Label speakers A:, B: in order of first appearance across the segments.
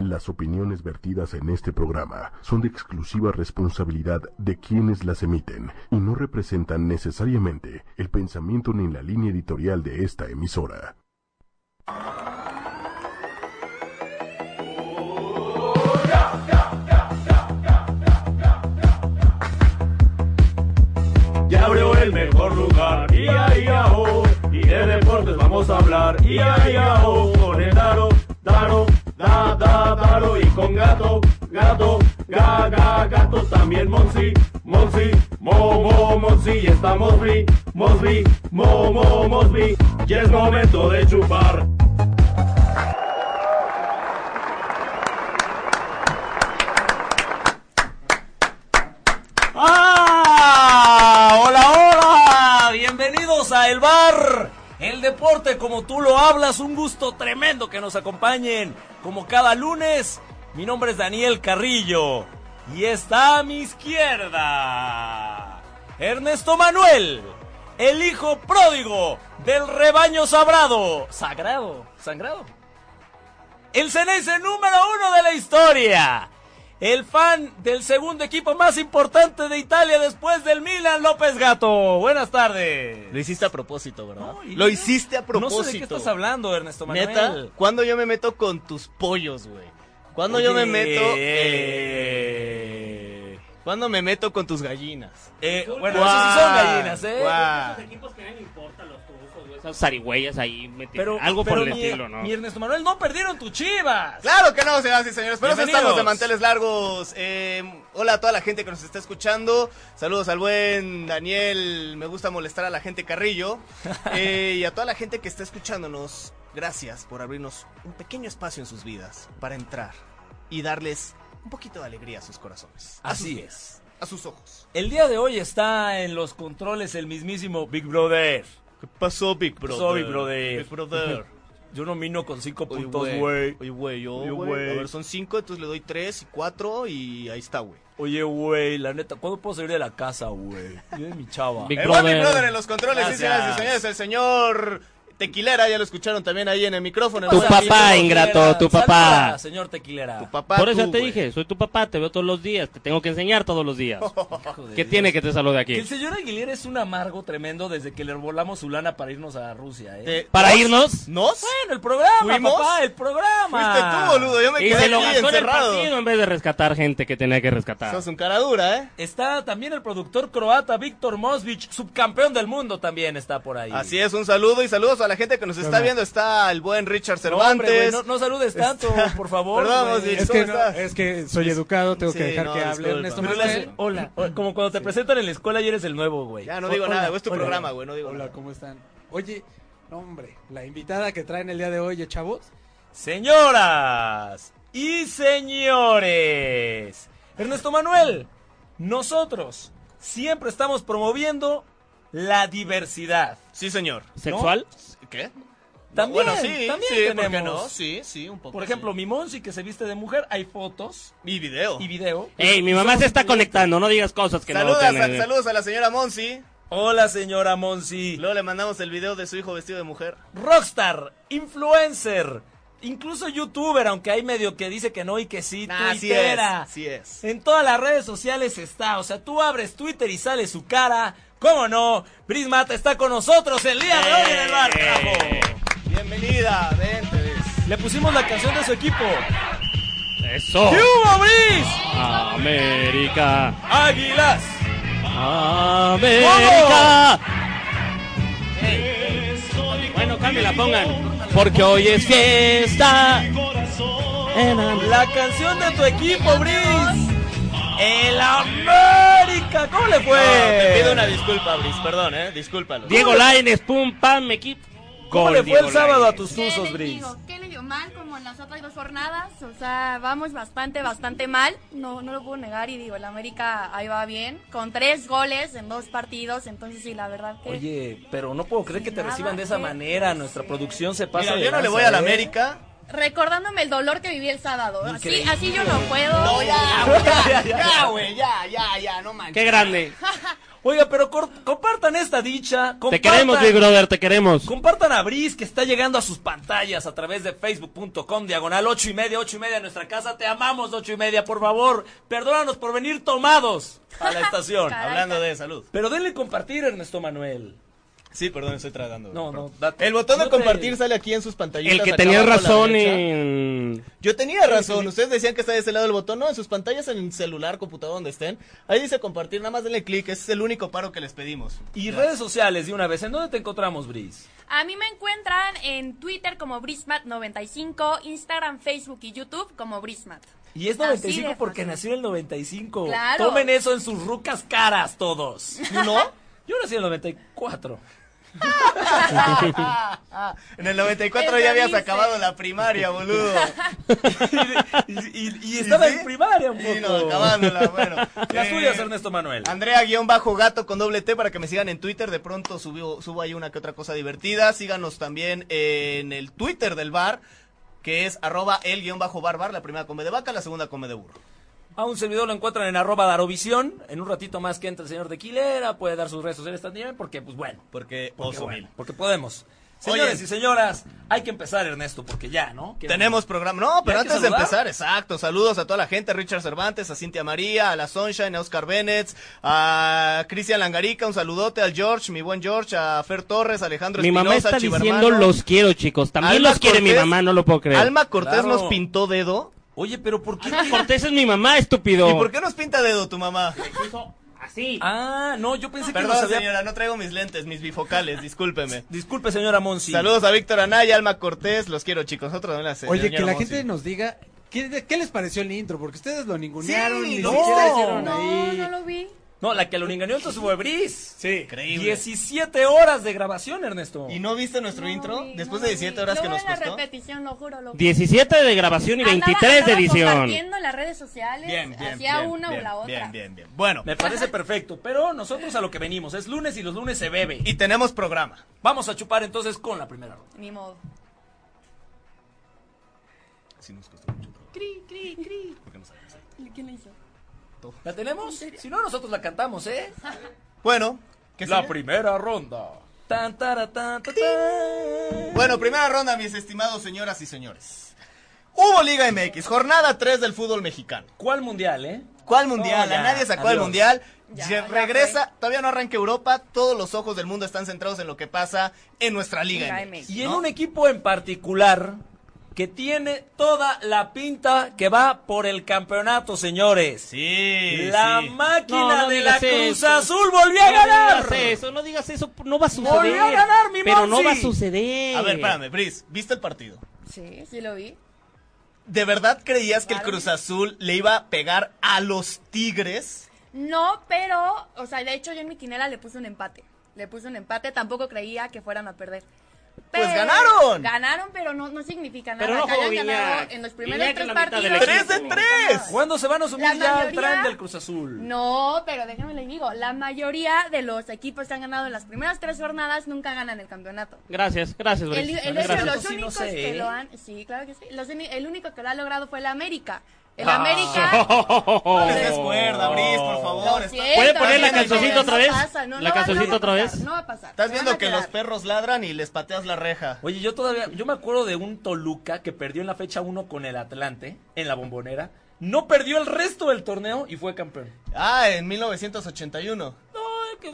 A: Las opiniones vertidas en este programa son de exclusiva responsabilidad de quienes las emiten y no representan necesariamente el pensamiento ni la línea editorial de esta emisora.
B: Ya abrió el mejor lugar, ia, ia, oh. Y de deportes vamos a hablar, ia, ia, oh. Con el daro, daro, da, da, daro. Y con gato, gato, ga, ga, gato. También Monsi, Monsi, mo, mo, Monsi. Y está Mosby, Mosby, mo, mo, Mosby. Y es momento de chupar.
C: ¡Ah! ¡Hola, hola! Bienvenidos a El Bar, el deporte como tú lo hablas. Un gusto tremendo que nos acompañen como cada lunes. Mi nombre es Daniel Carrillo y está a mi izquierda Ernesto Manuel, el hijo pródigo del rebaño sagrado. ¿Sagrado? ¿Sangrado? El Ceneice número uno de la historia. El fan del segundo equipo más importante de Italia después del Milan López Gato. Buenas tardes.
D: Lo hiciste a propósito, ¿verdad?
C: No, y
D: Lo
C: neta,
D: hiciste a propósito.
C: No sé de qué estás hablando, Ernesto Manuel.
D: Neta, ¿cuándo yo me meto con tus pollos, güey? ¿Cuándo yo me
C: Oye.
D: meto? eh, ¿Cuándo me meto con tus gallinas?
C: Eh, bueno,
D: Guau,
C: esas sí son gallinas, ¿eh?
D: guau.
E: Esos equipos que no le importan los tuzos, güey, Esas zarigüeyas ahí metidas.
C: Pero,
E: Algo
C: pero
E: por el
C: mi-
E: estilo, ¿no?
C: Mi Ernesto Manuel, no perdieron tu chivas.
D: Claro que no, señoras y señores. Pero eso
C: Bienvenidos.
D: estamos de manteles largos. Eh, hola a toda la gente que nos está escuchando. Saludos al buen Daniel. Me gusta molestar a la gente Carrillo. Eh, y a toda la gente que está escuchándonos. Gracias por abrirnos un pequeño espacio en sus vidas para entrar y darles un poquito de alegría a sus corazones. A sus
C: Así
D: vidas,
C: es.
D: A sus ojos.
C: El día de hoy está en los controles el mismísimo Big Brother.
D: ¿Qué pasó, Big Brother?
C: pasó, Big Brother?
D: Big Brother.
C: Yo nomino con cinco
D: Oye,
C: puntos, güey.
D: Oye, güey, yo,
C: Oye,
D: güey.
C: güey.
D: A ver, son cinco, entonces le doy tres y cuatro y ahí está, güey.
C: Oye, güey, la neta, ¿cuándo puedo salir de la casa, güey? Yo de mi chava.
E: Big
D: El buen Big
E: Brother.
D: Brother en los controles, sí,
C: Gracias.
D: señoras y señores, el señor Tequilera, ya lo escucharon también ahí en el micrófono. el
E: Tu
D: buen
E: papá,
D: amigo.
C: Tequilera,
E: ingrato, tu
C: saluda,
E: papá.
C: Señor Tequilera.
D: Tu papá.
E: por eso
D: tú,
E: te
D: güey.
E: dije, soy tu papá, te veo todos los días, te tengo que enseñar todos los días.
C: Hijo de
E: ¿Qué
C: Dios.
E: tiene que te salude
C: Que
E: aquí?
C: el señor Aguilera es un amargo tremendo desde que le volamos su lana para irnos a Rusia, ¿eh?
D: Te-
E: ¿Para
D: ¿Nos?
E: irnos?
D: ¿Nos?
C: Bueno, el programa,
D: ¿Fuimos?
C: papá, el programa.
D: Fuiste tú, boludo, yo me
E: Y
D: quedé
E: se lo
D: aquí
E: gastó en el
D: encerrado.
E: partido en vez de rescatar gente que tenía que rescatar.
D: Sos un cara dura, ¿eh?
C: Está también el productor croata Víctor Mosvich, subcampeón del mundo también está por ahí.
D: Así es, un saludo y saludos a la gente que nos está viendo. Está el buen Richard
C: No, hombre, güey,
D: Cervantes.
C: no, no saludes tanto, por favor.
D: Perdón,
C: güey.
D: Mosvich.
F: Es
D: ¿Cómo
F: que, no,
D: estás?
F: es que soy educado, tengo
D: Sí,
F: que dejar
D: no,
F: que hable
D: disculpa.
F: Ernesto
D: Pero
C: Pero
D: le hace-
F: Manuel.
C: le- Hola. o- Como cuando te presentan en la escuela y eres el nuevo, güey.
D: Ya, no
C: O-
D: digo
C: hola,
D: nada, güey, es tu
C: hola.
D: programa, güey, no digo
F: Hola,
D: nada.
F: ¿cómo están? Oye, no, hombre, la invitada que traen el día de hoy, ¿eh, chavos.
C: Señoras y señores, Ernesto Manuel, nosotros siempre estamos promoviendo la diversidad.
D: Sí, señor.
E: ¿Sexual?
D: ¿Qué?
C: También,
D: bueno, sí,
C: también
D: sí, ¿por qué
C: tenemos.
D: no? Sí, sí, un poco.
C: Por ejemplo, mi Monsi que se viste de mujer, hay fotos
D: sí. Y video.
C: y video.
E: Ey, mi mamá se está conectando, no digas cosas que
D: Saludas
E: no
D: a-
E: tienen.
D: saludos a la señora Monsi.
C: Hola, señora Monsi.
D: Luego le mandamos el video de su hijo vestido de mujer.
C: Rockstar, influencer, incluso youtuber, aunque hay medio que dice que no y que sí,
D: Así es.
C: tuitera.
D: Así es.
C: En todas las redes sociales está, o sea, tú abres Twitter y sale su cara. ¿Cómo no? Prismata está con nosotros el día de hoy en el bar. Bravo.
D: Eh. Bienvenida, vente. ves.
C: Le pusimos la canción de su equipo.
E: Eso.
D: Oh.
C: ¡Qué hubo, Bris!
E: América.
C: ¡Águilas!
E: América. Bueno, cambia la pongan. Porque hoy es fiesta. En
C: La canción de tu equipo, Bris. ¡El América! ¿Cómo le fue?
D: No, te pido una disculpa, Bris, perdón, eh, discúlpalo.
E: Diego Laines, pum, pam, me quito.
C: ¿Cómo
E: Gol,
C: le fue
E: Diego
C: el sábado a
E: Lainez.
C: tus
G: ¿Qué les
C: usos, Bris?
G: digo? ¿Qué le dio mal como en las otras dos jornadas? O sea, vamos bastante, bastante mal. No, no lo puedo negar y digo, el América ahí va bien. Con tres goles en dos partidos, entonces sí, la verdad que...
C: Oye, pero no puedo creer que te
G: Nada
C: reciban de esa
G: que
C: manera. Nuestra producción se pasa
D: Mira,
C: de
D: yo no le
C: lanza,
D: voy a la
C: ¿eh?
D: América.
G: Recordándome el dolor que viví el sábado. Así,
C: Increíble.
G: así yo no puedo.
C: Ah,
D: Ah, No, ya, güey, ya, ya, güey, ya, ya, ya, no manches.
E: Qué grande.
C: Oiga, pero cor- compartan esta dicha.
E: Te
C: compartan-
E: queremos, Big Brother, te queremos.
C: Compartan a Bris que está llegando a sus pantallas a través de facebook.com diagonal ocho y media, ocho y media en nuestra casa. Te amamos ocho y media, por favor. Perdónanos por venir tomados a la estación.
G: Caray.
D: Hablando de salud.
C: Pero denle compartir, Ernesto Manuel.
D: Sí, perdón, estoy tragando.
C: No, no, date.
D: El botón
C: No
D: de
C: te-
D: compartir sale aquí en sus pantallitas.
E: El que
D: acá
E: tenía
D: abajo a la
E: razón
D: derecha.
E: en...
D: Yo tenía razón, ustedes decían que está de ese lado el botón, no, en sus pantallas, en el celular, computadora, donde estén. Ahí dice compartir, nada más denle clic, ese es el único paro que les pedimos.
C: Y
D: Ya.
C: redes sociales de una vez. ¿En dónde te encontramos, Bris?
G: A mí me encuentran en Twitter como Brismat95, Instagram, Facebook y YouTube como Brismat.
C: Y es
G: Así de
C: 95 porque
G: fácil.
C: nació en el 95.
G: Claro.
C: Tomen eso en sus rucas caras todos.
D: ¿Tú no?
C: Yo nací en el 94.
D: En el 94
G: Eso
D: ya habías
G: dice.
D: acabado la primaria, boludo.
C: y, y- y estaba
D: ¿Y sí?
C: en primaria un poco.
D: Sí, no, acabándola, bueno.
C: Las
D: Eh,
C: tuyas, Ernesto Manuel.
D: Andrea-gato con doble T para que me sigan en Twitter. De pronto subo, subo ahí una que otra cosa divertida. Síganos también en el Twitter del bar, que es arroba el-barbar. La primera come de vaca, la segunda come de burro.
C: A un servidor lo encuentran en arroba darovisión. En un ratito más que entre el señor de Quilera, puede dar sus redes sociales también, porque pues bueno.
D: Porque,
C: Porque,
D: oso
C: bueno,
D: mil.
C: porque podemos.
D: Oye.
C: Señores y señoras, hay que empezar, Ernesto, porque ya, ¿no? Que-
D: Tenemos programa. No, pero
C: hay que
D: antes de
C: saludar?
D: empezar, exacto. Saludos a toda la gente, a Richard Cervantes, a Cintia María, a la Sunshine, a Oscar Bennett, a Cristian Langarica, un saludote al George, mi buen George, a Fer Torres, Alejandro
E: Mi mamá
D: Espinosa,
E: está
D: Chivermano.
E: diciendo los quiero, chicos. También
D: Alma
E: los quiere mi
D: Cortés-
E: mamá, no lo puedo creer.
D: Alma Cortés
C: Claro.
D: nos pintó dedo.
C: Oye, pero ¿por qué?
E: Alma Cortés es mi mamá, estúpido.
D: ¿Y por qué nos pinta dedo tu mamá?
E: Así.
C: Ah, no, yo pensé que
D: Perdón,
C: nos había-
D: señora, no traigo mis lentes, mis bifocales, discúlpeme.
C: Disculpe, señora Monsi.
D: Saludos a Víctor Anaya, Alma Cortés, los quiero chicos, nosotros no las
F: Oye, que
D: señora
F: la
D: Monsi.
F: gente nos diga qué, qué les pareció el intro, porque ustedes lo ningunearon
D: Sí,
F: ni
D: no.
F: siquiera hicieron
G: No,
F: ahí.
G: no lo vi.
C: No, la que lo engañó entonces fue Bris.
F: Sí.
D: Increíble.
C: 17 horas de grabación, Ernesto.
D: ¿Y no viste nuestro
G: No
D: intro?
G: vi,
D: Después
G: no
D: de
G: lo
D: 17
G: vi.
D: horas
G: Lo
D: que
G: veo
D: nos
G: en la
D: costó.
G: repetición, lo juro, lo juro.
E: 17 de
G: Ah,
E: grabación y 23
G: Andaba-
E: de
G: andaba
E: edición.
G: compartiendo en las redes sociales.
D: Bien, bien,
G: hacía
D: bien,
G: una
D: bien,
G: o la otra.
D: Bien, bien, bien. Bueno,
C: Me parece perfecto, pero nosotros a lo que venimos. Es lunes y los lunes se bebe.
D: y tenemos programa.
C: Vamos a chupar entonces con la primera ronda.
G: Ni modo.
D: Sí nos costó mucho trabajo,
G: Cri, cri, cri.
D: porque no sabemos.
G: ¿Quién lo hizo?
C: ¿La tenemos? Si no, nosotros la cantamos, ¿eh?
E: ¿Ah,
D: Bueno, ¿qué sigue?
C: primera ronda. Tan, tara, tan, ta, tan.
D: Bueno, primera ronda, mis estimados señoras y señores. Hubo Liga MX, jornada 3 del fútbol mexicano.
C: ¿Cuál mundial, eh?
D: ¿Cuál mundial?
C: Oh, ya.
D: A nadie sacó el
C: Adiós.
D: mundial.
G: Ya,
D: Se
G: ya
D: regresa, todavía no arranca Europa. Todos los ojos del mundo están centrados en lo que pasa en nuestra Liga,
G: Liga
D: MX.
G: MX.
C: Y en
D: ¿no?
C: un equipo en particular que tiene toda la pinta que va por el campeonato, señores.
D: Sí,
C: la
D: sí.
C: máquina
E: No, no
C: de la
E: digas
C: Cruz
E: eso.
C: Azul volvió a
E: No
C: ganar.
E: digas eso, no digas eso, no va a suceder.
C: Volvió a ganar mi
E: Pero no
C: Monsi.
E: va a suceder.
D: A ver, espérame, Brice, ¿viste el partido?
G: Sí, sí lo vi.
D: ¿De verdad creías que el Cruz Azul le iba a pegar a los Tigres?
G: No, pero, o sea, de hecho yo en mi quinela le puse un empate. Le puse un empate, tampoco creía que fueran a perder.
D: Pues ganaron.
G: Ganaron, pero no, no significa nada.
E: Pero no
G: que
E: jugó
G: hayan ganado
E: Guiñac.
G: en los primeros
E: Guiñac en
G: tres
E: la mitad del
G: partidos.
D: ¡Tres de
E: equipo.
D: tres!
C: ¿Cuándo se van a subir
G: La
C: ya al
G: mayoría-
C: tren del Cruz Azul?
G: No, pero déjenme les digo, la mayoría de los equipos que han ganado en las primeras tres jornadas nunca ganan el campeonato.
E: Gracias, gracias,
G: El,
E: Brice.
G: el- de hecho,
E: Gracias.
G: los
C: Sí, no
G: únicos
C: sé,
G: que
C: ¿eh?
G: lo han, sí, claro que sí. Los uni- el único que lo ha logrado fue el América. El América.
D: Ah. No les des cuerda, Brice, por favor.
G: lo
D: Está-
G: siento,
E: ¿Puede poner la
G: pero
E: cancioncita
G: no
E: otra vez?
G: pasa, no,
E: ¿La
G: no va-
E: cancioncita
G: no va a
E: otra
G: pasar,
E: vez?
G: No va a pasar.
D: Estás
G: se
D: viendo
G: van a
D: que los
G: quedar.
D: perros ladran y les pateas la reja.
C: Oye, yo todavía, yo me acuerdo de un Toluca que perdió en la fecha 1 con el Atlante, en la bombonera, no perdió el resto del torneo y fue campeón.
D: Ah, en 1981.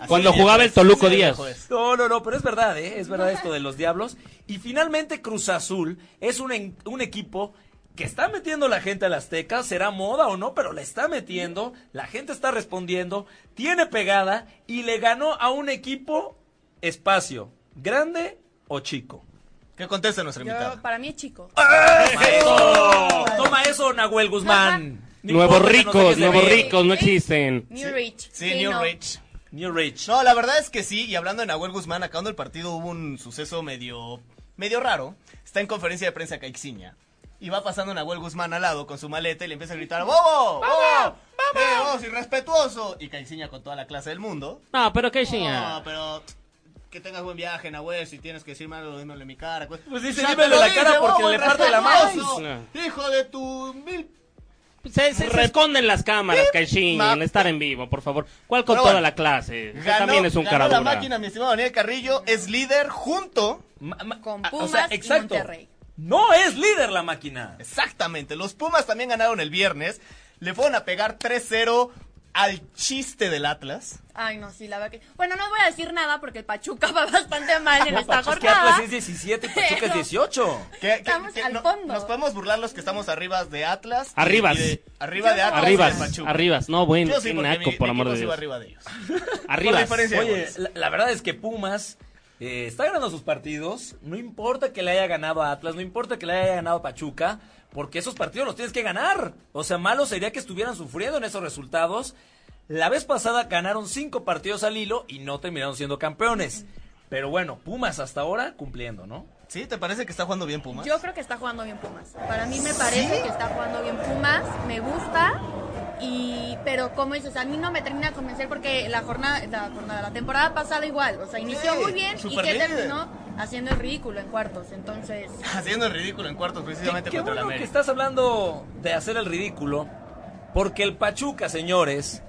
E: Cuando
D: Así de
E: jugaba el
D: lejos,
E: Toluco
D: así de
E: Díaz.
D: lejos es.
C: No, no, no, pero es verdad, ¿eh? Es verdad esto de los diablos. Y finalmente Cruz Azul es un, en- un equipo que está metiendo la gente al Azteca, será moda o no, pero la está metiendo, la gente está respondiendo, tiene pegada y le ganó a un equipo espacio, grande o chico.
D: Que conteste nuestra
G: Yo,
D: invitada.
G: para mí es chico.
D: Ah,
C: Toma eso, toma eso, Nahuel Guzmán. No
E: Nuevos
C: importa que nos
E: ricos,
C: dejes de
E: nuevos
C: ver.
E: ricos, no existen.
G: New Rich.
D: Sí, New
G: no.
D: Rich.
C: New Rich.
D: No, la verdad es que sí, y hablando de Nahuel Guzmán, acabando el partido hubo un suceso medio, medio raro. Está en conferencia de prensa Caixinha. Y va pasando Nahuel Guzmán al lado con su maleta y le empieza a gritar, ¡Bobo! ¡Bobo! ¡Eh, vos, irrespetuoso! Y Caixinha con toda la clase del mundo.
E: No, pero qué
D: No,
E: chinga.
D: pero tsk, que tengas buen viaje, Nahuel, si tienes que decir malo, dímelo en mi cara. Pues
C: dice,
D: Ya te
C: dímelo en
D: lo
C: la cara
D: dije,
C: porque
D: bobo,
C: le parte la mano.
D: irrespetuoso. Hijo de tu mil
E: Pues, Se, se- se esconden las cámaras, Caixín,
D: ma-
E: en estar en vivo, por favor. ¿Cuál con
D: Pero
E: toda
D: bueno,
E: la clase? Usted
D: Ganó,
E: también es un
D: ganó
E: cara
D: la
E: dura.
D: máquina, mi estimado Daniel Carrillo, es líder junto.
C: Ma- ma-
G: Con
C: ah,
G: Pumas y Monterrey.
C: No es líder la máquina.
D: Exactamente, los Pumas también ganaron el viernes, le fueron a pegar 3-0 al chiste del Atlas.
G: Ay, no, sí, la verdad que. Bueno, no voy a decir nada porque el Pachuca va bastante mal en
C: No,
G: esta
C: Pachuca pues
D: pues,
C: es que Atlas
G: jornada.
C: es 17 y Pachuca es
G: Pero-
C: 18.
D: Que- que-
G: Estamos
D: que
G: al
D: no-
G: fondo.
D: Nos podemos burlar los que estamos arriba de Atlas. y-
E: Arribas.
D: y de- arriba de
G: Yo no.
D: Atlas. y de
E: Arribas,
D: Pachuca.
E: arribas. No, bueno,
D: Yo sí,
E: qué
D: porque
E: naco,
D: mi-
E: por
D: mi
E: amor
D: equipo
E: de
D: sí va
E: Dios.
D: arriba de ellos.
E: Arribas.
D: Por diferencia.
C: Oye,
D: goles.
C: la, la verdad es que Pumas eh, está ganando sus partidos. No importa que le haya ganado a Atlas, no importa que le haya ganado a Pachuca, porque esos partidos los tienes que ganar. O sea, malo sería que estuvieran sufriendo en esos resultados. La vez pasada ganaron cinco partidos al hilo y no terminaron siendo campeones. Pero bueno, Pumas hasta ahora cumpliendo, ¿no?
D: ¿Sí? ¿Te parece que está jugando bien Pumas?
G: Yo creo que está jugando bien Pumas. Para mí me parece que está jugando bien Pumas, me gusta. Y, pero como dices, a mí no me termina de convencer porque la jornada, la jornada, la temporada pasada igual, o sea, inició
D: Sí,
G: muy bien y que
D: superlíder.
G: terminó haciendo el ridículo en cuartos, entonces,
D: Haciendo el ridículo en cuartos
C: Qué,
D: precisamente
C: qué
D: contra
C: bueno
D: la
C: que
D: América.
C: estás hablando de hacer el ridículo, porque el Pachuca, señores,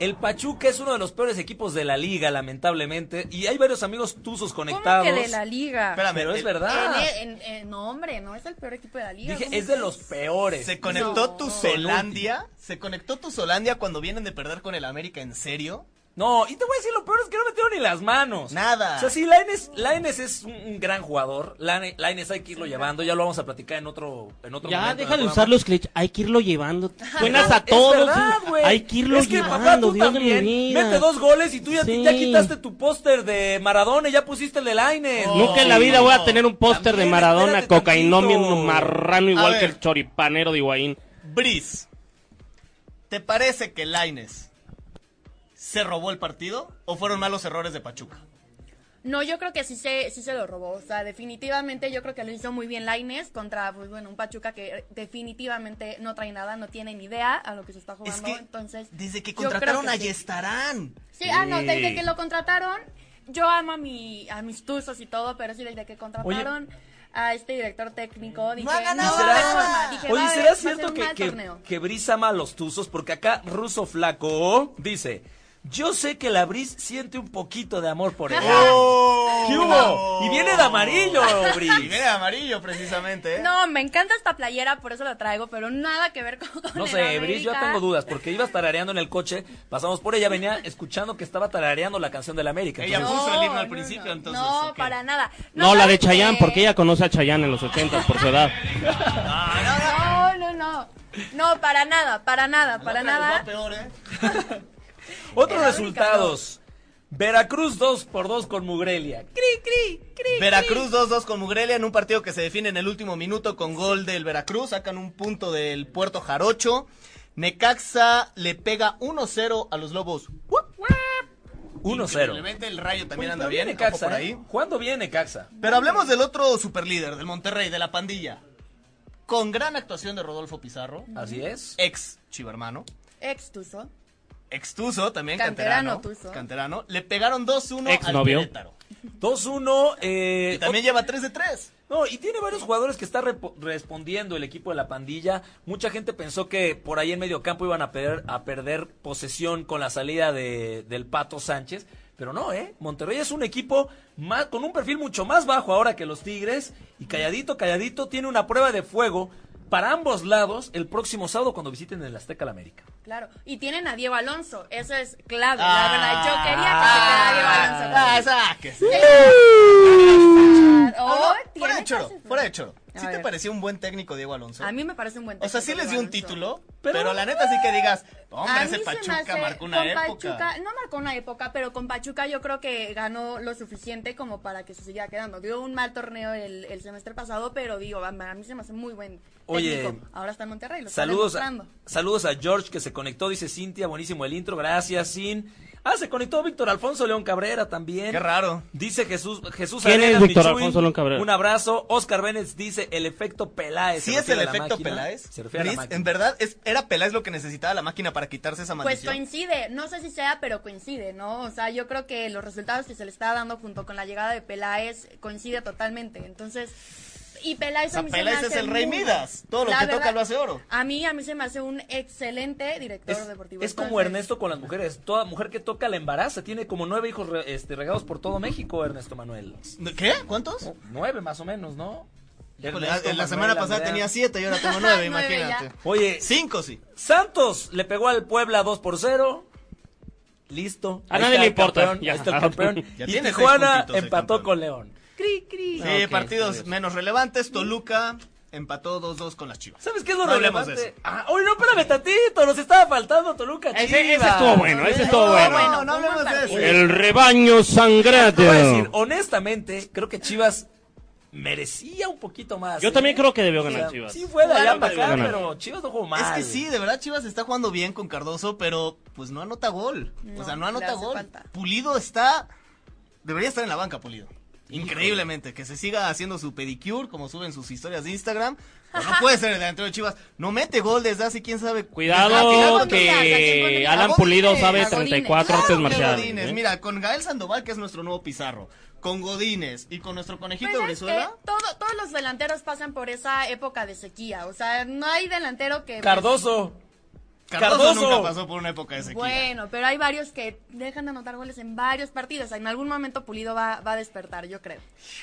C: el Pachuca es uno de los peores equipos de la liga, lamentablemente, y hay varios amigos tuzos
G: ¿cómo
C: conectados.
G: que de la liga?
D: Espérame,
C: Pero es
D: el-
C: verdad.
G: En- en- en- no, hombre, no es el peor equipo de la liga.
C: Dije,
G: ¿cómo
C: es de
G: crees?
C: los peores.
D: Se conectó
G: No.
D: tu Solandia. Se conectó tu Solandia cuando vienen de perder con el América, ¿en serio?
C: No, y te voy a decir lo peor es que no metieron ni las manos.
D: Nada.
C: O sea, sí, Laines, Laines es un, un gran jugador. Laine- Laines hay que irlo llevando, ya lo vamos a platicar en otro, en otro
E: Ya,
C: momento
E: deja
C: en
E: de
C: el
E: usar
C: programa.
E: los clichés. Hay que irlo llevando. Buenas
C: No,
E: a
C: es
E: todos.
C: verdad, güey.
E: Hay que irlo
C: Es que,
E: llevando.
C: papá, tú
E: Dios de mi
C: también.
E: vida.
C: Mete dos goles y tú ya,
E: Sí.
C: ya quitaste tu póster de Maradona y ya pusiste el de Laines.
D: Oh.
E: Nunca en la vida voy a tener un póster de
C: También,
E: Maradona,
C: espérate
E: cocainómeno,
C: tantito.
E: marrano,
D: A
E: igual
D: ver.
E: que el choripanero de Higuaín.
D: Briz, ¿te parece que Laines se robó el partido o fueron malos errores de Pachuca?
G: No, yo creo que sí se, sí se lo robó. O sea, definitivamente yo creo que lo hizo muy bien Laines contra, pues bueno, un Pachuca que definitivamente no trae nada, no tiene ni idea a lo que se está jugando. Entonces,
D: desde que
G: yo creo
D: contrataron a
G: sí.
D: Yestarán.
G: Sí, ah, no, desde que lo contrataron, yo amo a, mi, a mis tuzos y todo, pero sí, desde que contrataron a este director técnico, dije, no,
D: ganado
G: va a haber
D: nada".
G: forma. Dije, va
C: Oye,
G: a haber- va
C: ¿será
G: a ser
C: cierto
G: un
C: que,
G: mal
C: que,
G: torneo.
C: que Briz ama a los tuzos? Porque acá Ruso Flaco dice, yo sé que la Briz siente un poquito de amor por él.
E: Oh.
C: ¿Qué hubo? Y viene de amarillo, Briz.
D: Y viene de amarillo, precisamente. ¿eh?
G: No, me encanta esta playera, por eso la traigo, pero nada que ver con, con
C: No
G: el
C: sé, Briz, yo
G: América.
C: tengo dudas, porque ibas tarareando en el coche, pasamos por ella, venía escuchando que estaba tarareando la canción del América.
D: Ella-
C: entonces-
D: puso el himno al principio, entonces,
G: No,
D: ¿o qué?
G: para nada.
E: No, la de
G: ¿sabes
E: Chayanne,
G: qué?
E: porque ella conoce a Chayanne en los 80 por su edad.
D: Ah,
G: No, no, no. No, para nada, para nada,
D: La
G: para
D: otra les va
G: nada.
D: peor, ¿eh?
C: Otros
G: el América,
C: resultados. Veracruz 2 por 2 con Mugrelia. Cri, cri, cri.
D: Veracruz 2-2 con Mugrelia en un partido que se define en el último minuto con gol del Veracruz. Sacan un punto del Puerto Jarocho. Necaxa le pega 1-0 a los Lobos.
C: 1-0.
D: Increíblemente el Rayo
C: Oye,
D: también anda
C: pero
D: bien,
C: viene
D: ojo
C: Caxa,
D: por
C: ¿eh?
D: ahí.
C: ¿Cuándo viene Caxa?
D: Pero hablemos del otro superlíder, del Monterrey, de la pandilla. Con gran actuación de Rodolfo Pizarro,
C: Así es.
D: ex chivermano,
G: Ex tuzo.
D: ex Tuzo también, canterano.
G: Canterano
D: Canterano,
G: Tuzo.
D: le pegaron 2-1 al
E: Exnovio.
D: Querétaro.
C: 2-1. Eh,
D: Y también lleva 3 de 3.
C: No, y tiene varios jugadores que está repo- respondiendo el equipo de la pandilla. Mucha gente pensó que por ahí en medio campo iban a, perder- a perder posesión con la salida de, del Pato Sánchez. Pero no, ¿eh? Monterrey es un equipo más, con un perfil mucho más bajo ahora que los Tigres. Y calladito, calladito, tiene una prueba de fuego para ambos lados el próximo sábado cuando visiten el Azteca al América.
G: Claro. Y tienen a Diego Alonso. Eso es clave.
D: Ah.
G: la verdad, yo quería que se quedara Diego Alonso.
D: Ah, sáquese.
G: Claro.
D: No,
G: Oh,
D: no, fuera de
G: tiene
D: choro,
G: clases.
D: fuera de choro.
G: A
D: ¿Sí te
G: ver.
D: pareció un buen técnico Diego Alonso?
G: A mí me parece un buen
D: o sea,
G: técnico
D: sí les dio
G: Diego
D: un
G: Alonso.
D: título,
C: Pero-
D: pero, la neta sí que digas,
G: A
D: hombre,
G: mí
D: ese
G: se me
D: Pachuca
G: hace-
D: marcó una
G: con
D: época.
G: Pachuca, no marcó una época, pero con Pachuca yo creo que ganó lo suficiente como para que se siga quedando. Dio un mal torneo el, el semestre pasado, pero digo, a a mí se me hace muy buen
C: Oye,
G: técnico. Ahora está en Monterrey, lo está
C: Saludos a,
G: demostrando.
C: saludos a George que se conectó, dice Cintia, buenísimo el intro, gracias, Sin. Ah, se conectó Víctor Alfonso León Cabrera también.
D: Qué raro.
C: Dice Jesús, Jesús
E: ¿Quién es
C: Arenas,
E: Víctor
C: Michui,
E: Alfonso León Cabrera?
C: Un abrazo. Oscar Vélez dice el efecto Peláez.
D: Sí
C: se
D: es el
C: refiere a la
D: efecto
C: máquina.
D: Peláez.
C: Se refiere a
D: Luis,
C: la máquina.
D: en verdad es, era Peláez lo que necesitaba la máquina para quitarse esa
G: Pues
D: maldición.
G: coincide, no sé si sea, pero coincide, ¿no? O sea, yo creo que los resultados que se le está dando junto con la llegada de Peláez coincide totalmente. Entonces, y Peláez a mí se me
D: Peláez
G: hace
D: es el rey
G: muy-
D: Midas. Todo lo
G: La
D: que
G: verdad,
D: toca lo hace oro.
G: A mí, a mí se me hace un excelente director
C: Es,
G: deportivo.
C: es como
G: Entonces,
C: Ernesto con las mujeres. Toda mujer que toca la embaraza. Tiene como nueve hijos re- este, regados por todo México, Ernesto Manuel.
D: ¿Qué? ¿Cuántos?
C: No, nueve más o menos, ¿no? Ernesto
D: Híjole, la- la
C: Manuel
D: semana pasada
C: Andrea.
D: tenía siete y ahora tengo nueve,
G: Nueve ya.
D: imagínate.
C: Oye,
D: Cinco, sí.
C: Santos le pegó al Puebla 2 por 0. Listo.
E: A
C: Ahí
E: nadie
C: está
E: le
C: el
E: importa,
C: campeón,
E: ya.
C: ahí está el campeón.
D: Ya
C: y
D: tiene seis
C: Tijuana
D: puntitos el
C: empató
D: campeón.
C: con León. Cri, cri.
D: Sí,
E: Ah, ok,
D: partidos
E: adiós.
D: menos relevantes. Toluca empató 2-2 con las chivas.
C: ¿Sabes qué es lo
D: No hablemos de
C: relevante? Ah, oye, no, espérame tantito. Nos estaba faltando Toluca.
E: Ese, ese
C: Chivas.
E: estuvo bueno, ese estuvo
G: No,
E: bueno.
D: No,
G: bueno,
D: no
G: un
D: hablemos
G: buen
D: de
G: partido.
D: eso.
E: El rebaño
C: Te
E: sangrante.
C: voy a decir,
E: oh,
C: honestamente, creo que Chivas merecía un poquito más.
E: Yo
C: ¿eh?
E: también creo que debió
C: O sea,
E: ganar Chivas.
C: Sí fue de allá
E: Claro que
C: para
E: debió
C: acá,
E: ganar.
C: pero Chivas no jugó mal.
D: Es que sí, de verdad Chivas está jugando bien con Cardoso, pero pues no anota gol. o
G: No,
D: sea, no
G: le
D: anota
G: hace
D: gol.
G: falta.
D: Pulido está. Debería estar en la banca, Pulido. Increíblemente, que se siga haciendo su pedicure, como suben sus historias de Instagram. Pero no puede ser el delantero de Chivas. No mete gol desde hace quién sabe. desde la final
E: ah, Cuidado
D: contra-
G: Godínez, ¿a quién
E: que
G: Godínez?
E: Alan
D: ¿A
E: Pulido
G: Godínez?
E: sabe
G: ¿A Godínez?
E: 34 artes
D: Claro que
E: marciales.
D: Godínez,
E: ¿eh?
D: Mira, con Gael Sandoval, que es nuestro nuevo Pizarro. Con Godínez y con nuestro conejito
G: Pues es que
D: Brizuela.
G: todo- todos los delanteros pasan por esa época de sequía. O sea, no hay delantero que.
C: Eh,
G: pues,
C: Cardoso.
D: Cardoso,
C: Cardoso.
D: nunca pasó por una época de sequía.
G: Bueno, pero hay varios que dejan de anotar goles en varios partidos. En algún momento Pulido va, va a despertar, yo creo.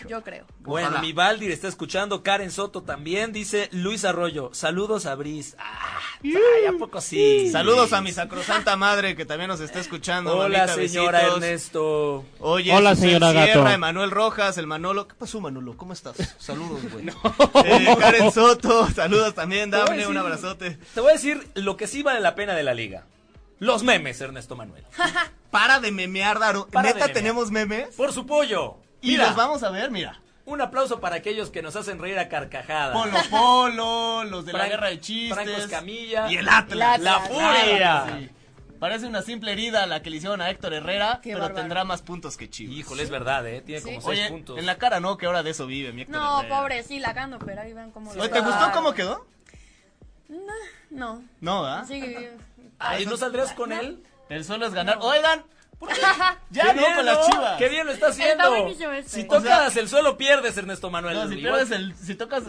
G: Yo creo.
D: pues,
C: Bueno, mi Valdir está escuchando, Karen Soto también, dice Luis Arroyo, saludos a Briz. Ah, ay, ¿a poco sí?
D: Saludos a mi sacrosanta madre que también nos está escuchando.
C: Hola
D: mamita,
C: señora
D: besitos.
C: Ernesto.
D: Oye,
E: Hola,
D: Susel
E: señora Gato.
D: Sierra, Emanuel Rojas, el Manolo. ¿Qué pasó, Manolo? ¿Cómo estás? Saludos, güey. Eh, Karen Soto, saludos también,
C: Te voy a
D: Dafne,
C: decir-
D: un abrazote.
C: Te voy a decir lo que sí vale la pena de la liga. Los memes, Ernesto Manuel.
D: Para de memear, Daro.
C: Para de
D: ¿Neta
C: memear.
D: tenemos memes?
C: Por su pollo.
D: Y
C: Mira,
D: los vamos a ver, mira.
C: un aplauso para aquellos que nos hacen reír a carcajadas.
D: Polo Polo, los de la
C: Fran-
D: guerra de chistes.
C: Franco Escamilla.
D: Y el Atlas.
C: La furia.
D: Sí. Parece una simple herida la que le hicieron a Héctor Herrera,
G: Qué
D: pero
G: bárbaro.
D: tendrá más puntos que Chivas.
C: Híjole, es verdad, ¿eh? Tiene
G: Sí.
C: como seis
D: Oye,
C: puntos.
D: en la cara no, que ahora de eso vive mi Héctor
G: No,
D: Herrera.
G: pobre, sí, lacando, pero ahí ven cómo lo
C: pues,
D: Oye, ¿Te
C: ah.
D: gustó cómo quedó?
G: No.
D: No, ¿ah?
G: Sí.
C: Ay, ¿no saldrías con él?
D: El suelo es ganar. Oigan, ¿por qué?
C: Qué
D: Ya no
C: bien,
D: con las
C: ¿no?
D: chivas.
C: Qué bien lo está haciendo.
G: buenísimo este.
C: Si
G: O
C: tocas
D: sea-
C: el suelo, pierdes, Ernesto Manuel.
D: No, si
C: Igual-
D: pierdes el. Si tocas.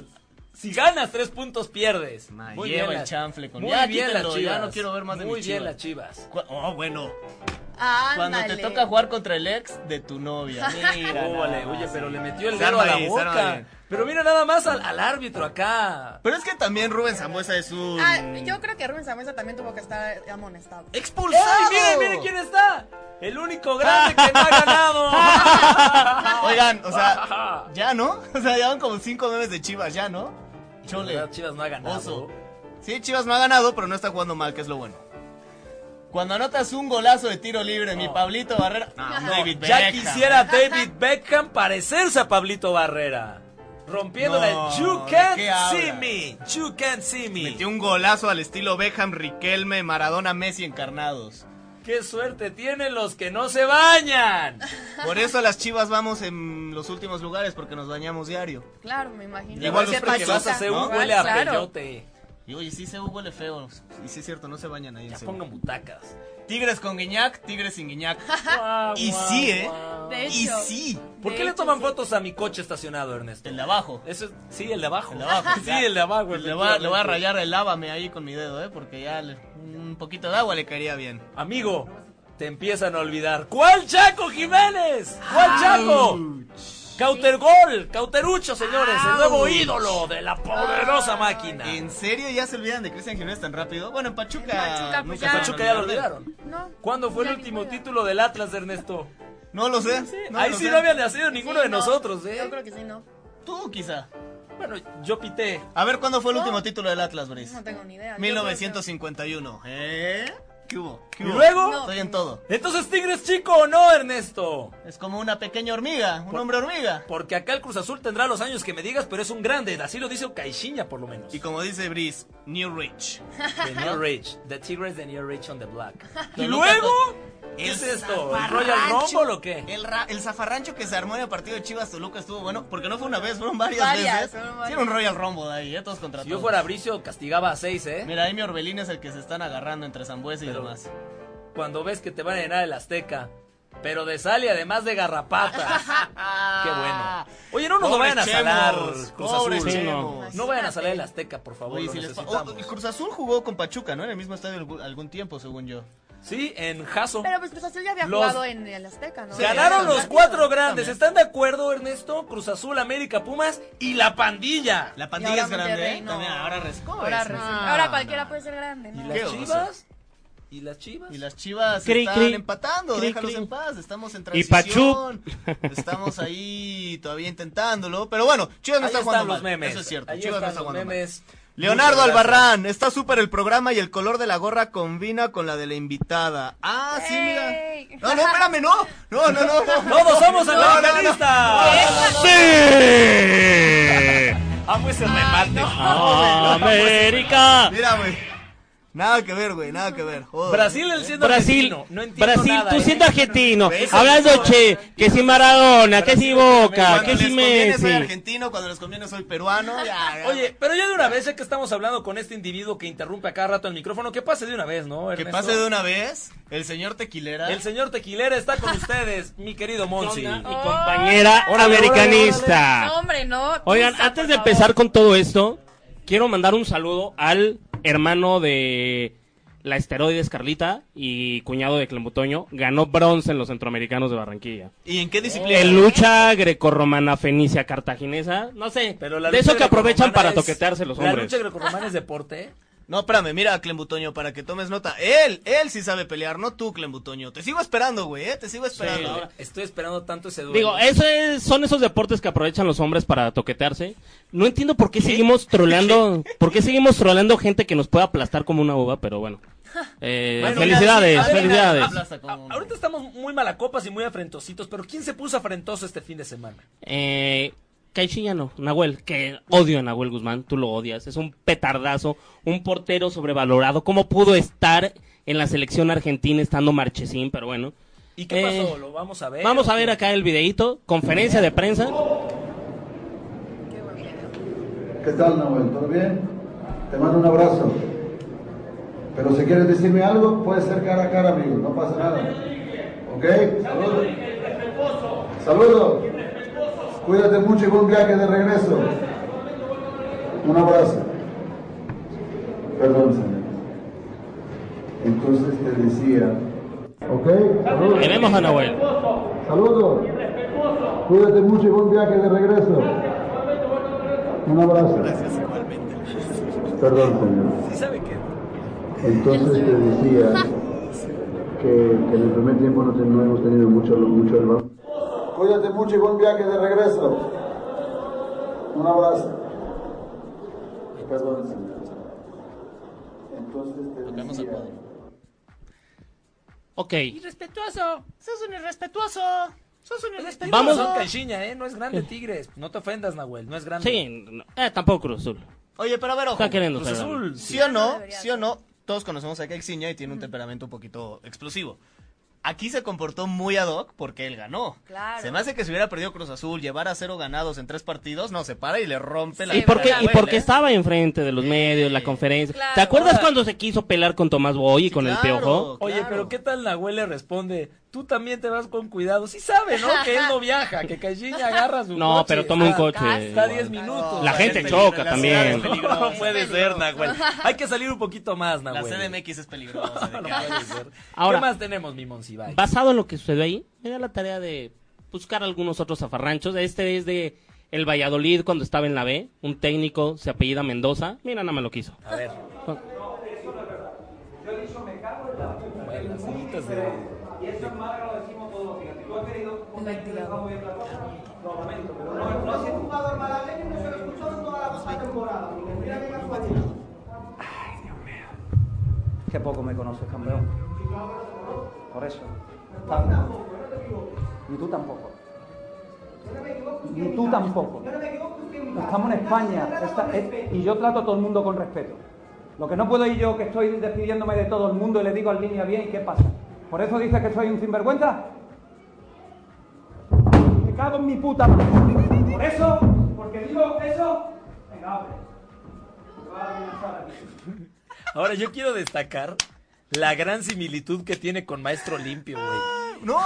C: si ganas tres puntos, pierdes.
D: Ma,
C: Muy
D: lleva
C: bien
D: el
C: las-
D: chanfle con-
C: Muy
D: Ya,
C: bien las
D: quítenlo,
C: chivas.
D: ya no quiero ver más de
C: Muy
D: mis
C: bien
D: Chivas.
C: las chivas.
D: cu- Oh, bueno.
G: Ándale.
D: Cuando te toca jugar contra el ex de tu novia. Mira. nada
C: Órale,
D: más.
C: oye, pero le metió el
D: Se
C: dedo a
D: arma
C: la
D: ahí, se arma
C: boca.
D: bien.
C: Pero mira nada más al, al árbitro acá.
D: Pero es que también Rubén Zambuesa es un.
G: Ah, yo creo que Rubén Zambuesa también tuvo que estar amonestado.
D: ¡Expulsado!
C: ¡Ey, mire, mire quién está! El único grande que no ha ganado.
D: Oigan, o sea, ya no. O sea, ya van como cinco memes de Chivas, ya no. Chole.
C: La verdad, Chivas no ha ganado.
D: Oso. Sí, Chivas no ha ganado, pero no está jugando mal, que es lo bueno. Cuando anotas un golazo de tiro libre, mi Pablito Barrera. No, David
C: Ya
D: Beckham.
C: quisiera David Beckham parecerse a Pablito Barrera. Rompiendo la
D: No,
C: You
D: ¿de
C: can't
D: qué
C: see
D: hablas?
C: me. You can't see me.
D: Metió un golazo al estilo Beckham, Riquelme, Maradona, Messi encarnados.
C: Qué suerte tienen los que no se bañan.
D: Por eso las Chivas vamos en los últimos lugares, porque nos bañamos diario.
G: Claro, me imagino.
D: Igual
G: Porque
D: siempre que
G: Pachuca,
D: vas a hacer
C: CU
D: un
G: igual,
C: huele a
G: Ah, claro.
C: peyote.
D: Y oye, sí, se huele feo. Y sí es cierto, no se bañan ahí en
C: Ya
D: Seúl.
C: pongan butacas.
D: Tigres con Guiñac, Tigres sin Guiñac. y
C: guau,
D: sí, ¿eh?
G: De
D: Y
G: hecho.
D: sí.
C: ¿Por
G: Ah, De
C: qué le
G: hecho,
C: toman
G: sí.
C: fotos a mi coche estacionado, Ernesto?
D: El de abajo.
C: Eso es- sí, el de abajo.
D: El de abajo.
C: sí, el de abajo.
D: Le voy, a, le voy a
C: efectivamente.
D: rayar el lávame ahí con mi dedo, ¿eh? Porque ya le- un poquito de agua le caería bien.
C: Amigo, te empiezan a olvidar. ¿Cuál Chaco Jiménez? ¿Cuál Chaco? Cautergol, Cauterucho, señores, el nuevo ídolo de la poderosa máquina.
G: Ah.
D: ¿En serio ya se olvidan de Cristian Jiménez tan rápido? Bueno, en Pachuca.
G: En Pachuca, pues
D: nunca
G: ya.
D: se van a
C: Pachuca ya lo
D: olvidar de él.
C: olvidaron.
G: No.
C: ¿Cuándo fue
G: Ya
C: el
G: ni
C: último
G: juega.
C: título del Atlas de Ernesto?
D: No lo sé. no
C: Ahí
D: lo
C: sí
D: sé.
C: no había nacido ninguno
G: Sí,
C: de
G: no,
C: nosotros, ¿eh?
G: Yo creo que sí, no.
D: Tú quizá.
C: Bueno, yo pité.
D: A ver, ¿cuándo fue el
G: No.
D: último título del Atlas, Brice?
G: No tengo ni idea. Yo creo que-
D: 1951. ¿Eh? ¿Qué hubo? ¿Qué
C: ¿Y
D: hubo?
C: luego?
G: No.
D: Estoy en todo.
C: Entonces, Tigres chico o no, Ernesto?
D: Es como una pequeña hormiga, un hombre hormiga.
C: Porque acá el Cruz Azul tendrá los años que me digas, pero es un grande. Así lo dice Caixinha, por lo menos.
D: Y como dice Brice, New Rich.
C: The New Rich. The Tigres, the New Rich on the Black. ¿Y
D: Toluca
C: luego?
D: con-
C: ¿Qué es
D: El
C: esto? ¿El
D: zafarrancho.
C: Royal Rumble o qué?
D: El, ra- el zafarrancho que se armó en el partido de Chivas Toluca estuvo bueno, porque no fue una vez, fueron varias,
G: Varias,
D: veces.
G: fueron varias.
D: Sí, era un Royal Rumble de ahí, ¿eh? todos contra
C: Si yo
D: todos.
C: fuera Bricio, castigaba a seis, ¿eh?
D: Mira, ahí mi Orbelín es el que se están agarrando entre Zambuesa y
C: Pero-
D: demás.
C: Cuando ves que te van a llenar el Azteca Pero de sal y además de garrapatas.
G: Ah.
C: Qué bueno. Oye, no nos lo
D: Pobres
C: vayan a salar,
D: chemos,
C: Cruz
D: pobres
C: Azul.
E: Sí, no.
D: chemos.
C: No vayan a salar el Azteca, por favor.
D: Oye,
C: lo
D: si les-
C: necesitamos.
D: oh, y Cruz Azul jugó con Pachuca, ¿no? En el mismo estadio algún- algún tiempo, según yo.
C: Sí, en Jaso.
G: Pero pues Cruz Azul ya había
C: Los-
G: jugado en el Azteca, ¿no?
D: Sí,
C: Ganaron
D: también.
C: los cuatro grandes.
D: También.
C: ¿Están de acuerdo, Ernesto? Cruz Azul, América, Pumas y la pandilla.
D: La
G: Y ahora
D: pandilla es grande,
G: Monterrey,
D: ¿eh?
G: no.
D: También ahora res- ¿cómo
G: Ahora,
D: ves?
G: recién-
D: No,
G: ahora
D: no.
G: cualquiera puede ser grande,
C: Pues,
G: ¿no?
C: ¿Y
D: Qué
C: las
D: oso.
C: chivas? ¿Y las chivas?
D: Y las chivas
E: Cri,
D: están
E: cri.
D: empatando,
E: Cri,
D: déjalos
E: cri.
D: en paz, estamos en
E: Y
D: transición. Estamos ahí todavía intentándolo, pero bueno, Chivas no
C: Ahí
D: está
C: están
D: jugando
C: los
D: mal.
C: memes.
D: Eso es cierto,
C: Ahí
D: Chivas no
C: están
D: está
C: los
D: jugando mal.
C: memes.
D: Leonardo
C: Muchas gracias.
D: Albarrán, está súper el programa y el color de la gorra combina con la de la invitada. Ah, sí,
G: Ey.
D: mira. No, no, espérame, no. No, no, no. no.
C: Todos somos
D: No, no, no.
C: americanistas.
E: ¡Sí!
C: Amo ese remate.
E: ¡América!
D: Mira, güey. Nada que ver, güey, nada que ver. Joder.
C: Brasil el siendo
E: Brasil,
C: argentino. No entiendo
E: Brasil,
C: nada,
E: tú
C: ¿eh?
E: siendo argentino,
D: Eso
E: hablando
D: mismo.
E: che, que si Maradona, que si
C: Brasil,
E: Boca,
D: Cuando
E: que
D: les
E: si
D: conviene soy
E: Messi.
D: argentino, cuando les conviene soy peruano. Ya, ya.
C: Oye, pero ya de una vez, ya que estamos hablando con este individuo que interrumpe a cada rato el micrófono, que pase de una vez, ¿no?
D: que
C: Ernesto?
D: pase de una vez el señor tequilera.
C: El señor Tequilera está con ustedes, mi querido Monsi.
E: Y compañera
G: Órale,
E: americanista.
G: No, hombre, no.
E: Oigan,
G: Tusa,
E: antes
G: por
E: de
G: favor.
E: empezar con todo esto, quiero mandar un saludo al hermano de la esteroides Carlita y cuñado de Clembutoño. Ganó bronce en los centroamericanos de Barranquilla.
D: ¿Y en qué disciplina?
E: En lucha grecorromana, fenicia, cartaginesa, no sé.
C: Pero la
E: de
C: lucha
E: eso que aprovechan
C: grecorromana
E: para
C: es-
E: toquetearse los
C: La
E: hombres.
C: lucha grecorromana es deporte.
D: No, espérame, mira, Clembutoño, para que tomes nota. Él, él sí sabe pelear, no tú, Clembutoño. Te sigo esperando, güey, eh, te sigo esperando.
C: Ahora,
D: Ahora,
C: estoy esperando tanto ese duelo.
E: Digo, eso es- son esos deportes que aprovechan los hombres para toquetearse. No entiendo por qué seguimos troleando, por qué seguimos troleando gente que nos puede aplastar como una uva, pero bueno. Eh,
C: Bueno,
E: felicidades,
C: ya, sí, a ver,
E: felicidades.
D: aplasta como
C: A-
D: un-
C: Ahorita estamos muy malacopas y muy afrentositos, pero ¿quién se puso afrentoso este fin de semana?
E: Eh, Caixinha no, Nahuel, que odio a Nahuel Guzmán, tú lo odias, es un petardazo, un portero sobrevalorado. ¿Cómo pudo estar en la selección argentina estando Marchesín? Pero bueno.
C: ¿Y qué
E: Eh,
C: pasó? ¿Lo vamos a ver?
E: Vamos a ver acá el videíto, conferencia de prensa.
H: ¿Qué tal, Nahuel? ¿Todo bien? Te mando un abrazo. Pero si quieres decirme algo, puede ser cara a cara, amigo. No pasa nada. ¿Ok? Saludos. Saludos. Cuídate mucho y buen viaje de regreso. Un abrazo. Perdón, señor. Entonces te decía. ¿Ok? Saludos.
E: Ahí vemos a Nahuel.
H: Saludos. Cuídate mucho y buen viaje de regreso. Un abrazo. Perdón, señor.
C: ¿Sí sabe qué?
H: Entonces te decía que, que en el primer tiempo no, te- no hemos tenido mucho, mucho el balón. Cuídate mucho y buen viaje de regreso. Un abrazo. Perdón, señor. Entonces te decía...
E: Ok,
C: Irrespetuoso.
D: Sos un irrespetuoso. Sos un irrespetuoso.
E: Vamos-
C: Vamos a Caixinha, ¿eh? No es grande Tigres. No te ofendas, Nahuel. No es grande.
E: sí, no, eh, tampoco Cruz Azul.
D: Oye, pero a ver, ojo.
E: Está queriendo
C: Cruz
E: ser grande.
C: Azul.
D: Sí o
G: No
D: no,
G: debería
D: sí o no, todos conocemos a Kexiña y tiene un temperamento un poquito explosivo. Aquí se comportó muy ad hoc porque él ganó.
G: Claro.
D: Se me hace que si hubiera perdido Cruz Azul, llevara cero ganados en tres partidos, no, se para y le rompe la
E: ¿Y por qué
D: cara a
E: y
D: Nahuel,
E: porque
D: ¿eh?
E: estaba enfrente de los medios, la conferencia?
G: Claro.
E: ¿Te acuerdas cuando se quiso pelear con Tomás Boy y
D: Sí,
E: con el
D: claro.
E: Piojo?
C: Oye,
D: Claro.
C: pero ¿qué tal Nahuel le responde? Tú también te vas con cuidado. Sí sabe, ¿no? Que él no viaja, que Caixinha agarra su
E: No,
C: coche.
E: pero toma un
C: Ah,
E: coche.
C: Está a
E: igual.
C: 10 minutos.
E: La
D: es
E: gente
D: peligroso,
E: choca
D: la
E: también.
D: ciudad es peligrosa.
C: No puede ser, Nahuel.
E: Ah,
C: Hay que salir un poquito más,
D: La
C: Nahuel.
D: CDMX es peligrosa. de
C: No
D: cara.
C: puede ser.
E: Ahora-
C: ¿Qué más tenemos, mi Monsiváis?
E: Basado en lo que sucedió ahí, me da la tarea de buscar algunos otros zafarranchos. Este es de el Valladolid cuando estaba en la B. Un técnico se apellida Mendoza. Mira, nada más lo quiso.
C: A ver. Bueno, las sillitas de-
I: Que poco me conoces, campeón. Por eso. Tanto. Ni tú tampoco. Ni tú tampoco. Estamos en España. esta- es- y yo trato a todo el mundo con respeto. Lo que no puedo ir yo, que estoy despidiéndome de todo el mundo y le digo al línea bien, ¿y qué pasa? ¿Por eso dices que soy un sinvergüenza? Me cago en mi puta madre. Por eso, porque digo eso, venga, hombre. Te voy a amenazar aquí.
C: Ahora, yo quiero destacar la gran similitud que tiene con Maestro Limpio, güey.
D: No.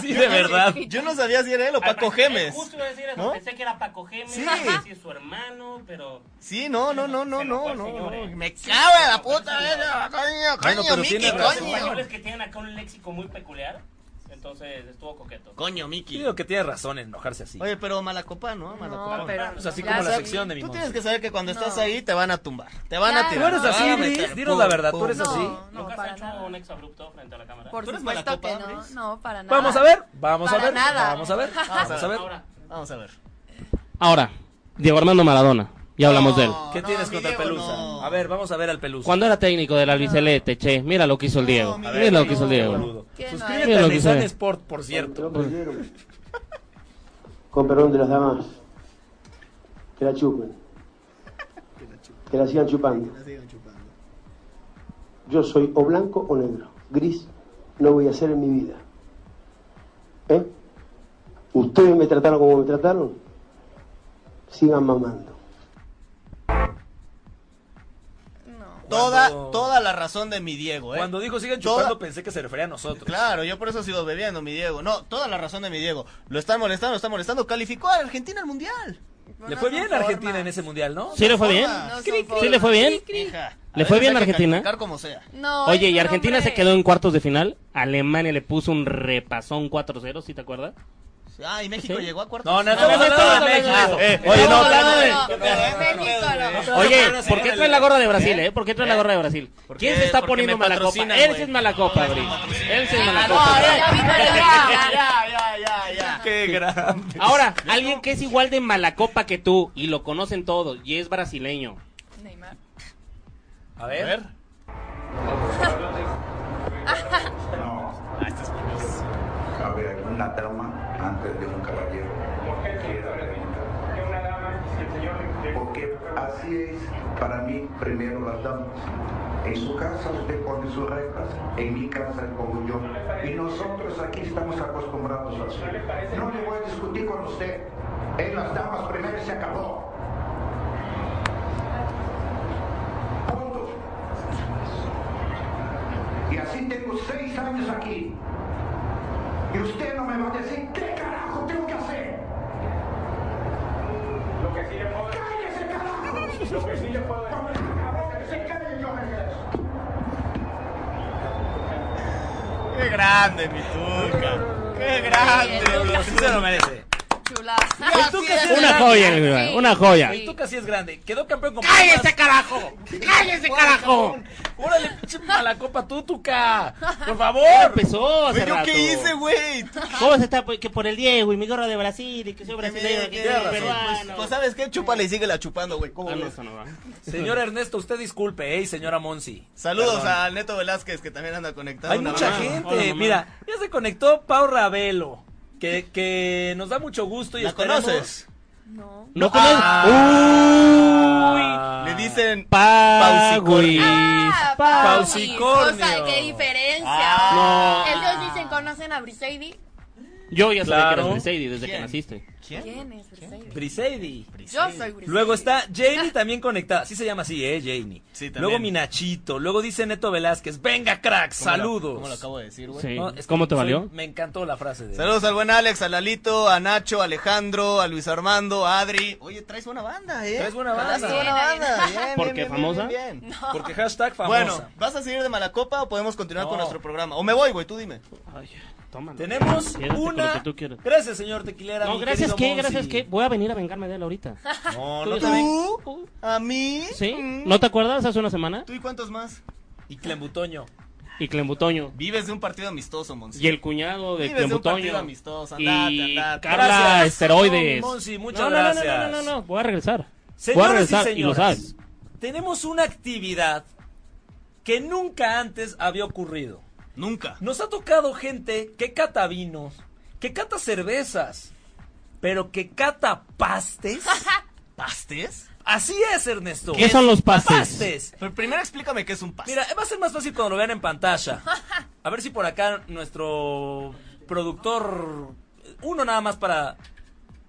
J: Sí, de verdad.
D: Yo no sabía si era él o Paco
E: Al parecer,
D: Gemes.
E: Justo iba a decir eso,
D: ¿No?
E: Pensé que era Paco Gemes.
D: Sí.
E: no sé si es su hermano, pero.
D: Sí, no, no, no, no,
E: Se enojó
D: no,
E: el
D: no.
E: señor, eh.
D: Me cago en la puta, eh, coño,
C: Bueno,
D: coño,
C: pero
D: Mickey,
C: tiene
E: Los
C: razón.
D: coño.
E: españoles que tienen acá un léxico muy peculiar. Entonces estuvo coqueto.
D: Coño,
C: Yo
D: Mickey.
C: Digo que tiene razón en enojarse así.
D: Oye, pero Malacopa, ¿no? Malacopa.
G: pero-
C: Pues así
G: Ya
C: como la
G: sabes,
C: sección de mi
D: Tú
C: monstruo.
D: tienes que saber que cuando
G: No.
D: estás ahí te van a tumbar, te van a
G: Ya.
D: tirar.
C: ¿Tú eres
D: te van
C: así,
D: a meter.
C: Brice? Dinos
D: Pum,
C: la verdad, ¿tú
D: pum.
C: eres así?
G: No, no,
E: ¿Nunca
G: para
E: has hecho
G: nada.
E: un ex abrupto frente a la cámara?
G: Por
D: ¿Tú eres
G: supuesto
D: malacopa,
G: que no,
D: Andrés?
G: no, para nada.
C: Vamos a ver, vamos a
G: Para
C: ver.
G: nada.
C: Vamos a ver,
D: Vamos
C: vamos a ver.
E: Ahora,
D: Vamos a ver.
E: ahora, Diego Armando Maradona. Ya hablamos de él.
D: No,
C: ¿Qué
D: no,
C: tienes
D: mi
C: contra el
D: Diego,
C: Pelusa?
D: no.
C: A ver, vamos a ver al Pelusa.
E: Cuando era técnico de la Albicelete, che, mira lo que hizo el Diego.
D: mi
C: A
E: Mira
C: ver,
E: lo
D: Diego,
E: que hizo el Diego.
C: boludo.
G: ¿Quién
E: hay?
C: Suscríbete
E: Mira
C: a
E: lo que
C: Nissan
E: sabe.
C: Sport, por cierto.
I: Con perdón de las damas. Que la chupen. Que la sigan chupando. Yo soy o blanco o negro. Gris no voy a ser en mi vida. ¿Eh? Ustedes me trataron como me trataron. Sigan mamando.
G: No.
D: Toda,
C: Cuando-
D: toda la razón de mi Diego, ¿eh?
C: Cuando dijo sigan
D: Toda-
C: chupando, pensé que se refería a nosotros.
D: Claro, yo por eso sigo bebiendo, mi Diego. No, toda la razón de mi Diego. Lo están molestando, lo están molestando. Calificó a Argentina al mundial.
C: Le
G: No
C: fue
G: son
C: bien a Argentina
G: formas.
C: en ese mundial, ¿no?
E: ¿Sí le fue bien?
D: No
G: son
E: ¿Sí le fue bien?
D: Hija, a
E: ¿Le
D: veces
E: fue bien
D: hay
E: a
D: que
E: Argentina?
D: calificar como sea.
G: No,
E: Oye,
G: es
E: y
G: un
E: Argentina se
G: hombre.
E: quedó en cuartos de final. Alemania le puso un repasón 4-0, ¿sí te acuerdas?
D: Ah, y México
E: Sí.
D: llegó a cuartos.
C: No, no,
D: Ah,
C: estamos hablando de
E: hablando
C: México.
E: de
C: Eh,
E: México.
C: Oye, no,
G: No,
C: hablando de...
G: no, no, México, no.
E: Oye,
C: no, no,
E: ¿por qué
C: no,
E: trae
C: no,
E: la gorra de Brasil,
C: ¿Eh?
E: eh? ¿Por qué trae la gorra de Brasil? ¿Quién
D: qué?
E: se está
D: Porque
E: poniendo
D: me
E: mala copa?
D: patrocinan,
E: Él
D: güey.
E: sí es mala copa, Bri. Él sí es mala
D: Ah, no,
E: copa.
D: ya,
G: Ya, ya,
D: ya, ya, ya, ya.
C: Qué grande.
E: Ahora, alguien que es igual de mala copa que tú y lo conocen todos y es brasileño.
G: Neymar.
C: A
D: A ver.
C: ver.
I: Cabe alguna dama antes de un caballero. Quiera preguntar. Porque así es para mí primero las damas. En su casa usted pone sus reglas, en mi casa pongo yo. Y nosotros aquí estamos acostumbrados a eso. No le voy a discutir con usted. En las damas primero y se acabó. Punto. Y así tengo seis años aquí. Y usted no me va a decir qué carajo tengo que hacer. Lo que sí le puedo decir. ¡Cállese, carajo! Lo que sí le puedo decir. se calle, yo regreso.
D: Qué grande, mi Tuca. Qué grande, bro.
C: Sí se lo merece.
G: Chula.
D: El Tuca es
E: Una joya, mi hermano, una joya.
C: El Tuca sí es grande. Quedó campeón con
E: ¡Cállese, carajo! ¡Cállese, carajo!
C: ¡Órale, pinche mala copa tú, Tuca! ¡Por
E: Ya
C: favor!
E: empezó hace
D: Güey, ¿Yo
E: rato.
D: qué hice, güey? Tú-
E: ¿Cómo se está? Pues, Que por el Diego y mi gorra de Brasil y que soy brasileño, que
D: Tienes
E: soy
D: razón. Pues,
E: peruano.
D: pues, ¿sabes qué? Chúpala y síguela chupando, güey. ¿Cómo
E: Ah, no,
D: ves?
E: eso no va.
C: Señor Ernesto, usted disculpe, ¿eh? Y señora Monsi.
D: Saludos
C: Perdón.
D: al Neto Velázquez, que también anda conectado.
C: Hay
D: Un
C: mucha
D: abrazo.
C: gente.
E: Hola, mamá.
C: Mira, ya se conectó Pau Ravelo. Que, que nos da mucho gusto y
D: ¿La
C: esperemos-
D: conoces?
G: No.
E: No conoces.
C: Ah.
D: Le dicen...
E: Uy, Pausicornis.
G: Ah,
C: Pausicornio.
G: O sea, qué diferencia.
E: Ah,
G: Ellos dicen, ¿conocen a Briseidi?
E: Yo ya sabía
C: Claro.
E: que eras Mercedes desde
D: ¿Quién?
E: que naciste.
D: ¿Quién?
G: ¿Quién es Briseidi?
C: Briseidi.
G: Yo soy Briseidi.
C: Luego está Janie también conectada. Sí se llama así, ¿eh? Janie.
D: Sí, también.
C: Luego Minachito. Luego dice Neto Velázquez. Venga, crack, saludos.
D: Como lo acabo de decir, güey.
E: Sí.
C: No, es que
E: ¿Cómo te
C: soy-
E: valió?
C: me encantó la frase de
D: Saludos al buen Alex, a Lalito, a Nacho, a Alejandro, a Luis Armando, a Adri. Oye, traes buena banda, ¿eh?
C: Traes buena banda.
D: Jalaste buena
G: Bien, bien.
D: banda. Bien, bien,
E: ¿Por qué
D: bien,
E: famosa?
D: bien, bien.
C: Porque hashtag famosa.
D: Bueno, ¿vas a seguir de Malacopa o podemos continuar
C: No.
D: con nuestro programa? O me voy, güey, tú dime.
E: Ay, tómalo.
C: tenemos
E: Quédate con
C: una...
E: lo que tú quieras.
C: gracias, señor Tequilera.
E: No,
C: mi
E: gracias
C: querido
E: que,
C: Monsi.
E: gracias que. Voy a venir a vengarme de él ahorita.
C: No,
E: Tú
C: no
E: ya
C: te
E: sabes.
C: ven-
D: ¿Tú? ¿A mí?
E: ¿Sí?
D: Mm.
E: ¿No te acuerdas hace una semana?
D: ¿Tú y cuántos más?
C: Y Clembutoño.
E: Y Clembutoño.
D: Vives de un partido amistoso, Monsi.
E: Y el cuñado de
D: Vives de un partido
E: Clembutoño.
D: amistoso, andate,
E: Y
D: andate.
E: Carla
C: Gracias.
E: Esteroides.
C: No, mi Monsi, muchas
E: No, no, no, no,
C: gracias.
E: No, no, no, no, voy a regresar. voy a
C: Señoras y
E: regresar y, lo
C: señores,
E: sabes.
C: tenemos una actividad que nunca antes había ocurrido.
D: Nunca.
C: Nos ha tocado gente que cata vinos, que cata cervezas, pero que cata pastes.
D: ¿Pastes?
C: Así es, Ernesto.
E: ¿Qué son los pastes?
C: Pastes.
D: Pero primero explícame qué es un paste.
C: Mira, va a ser más fácil cuando lo vean en pantalla. A ver si por acá nuestro productor... Uno nada más para...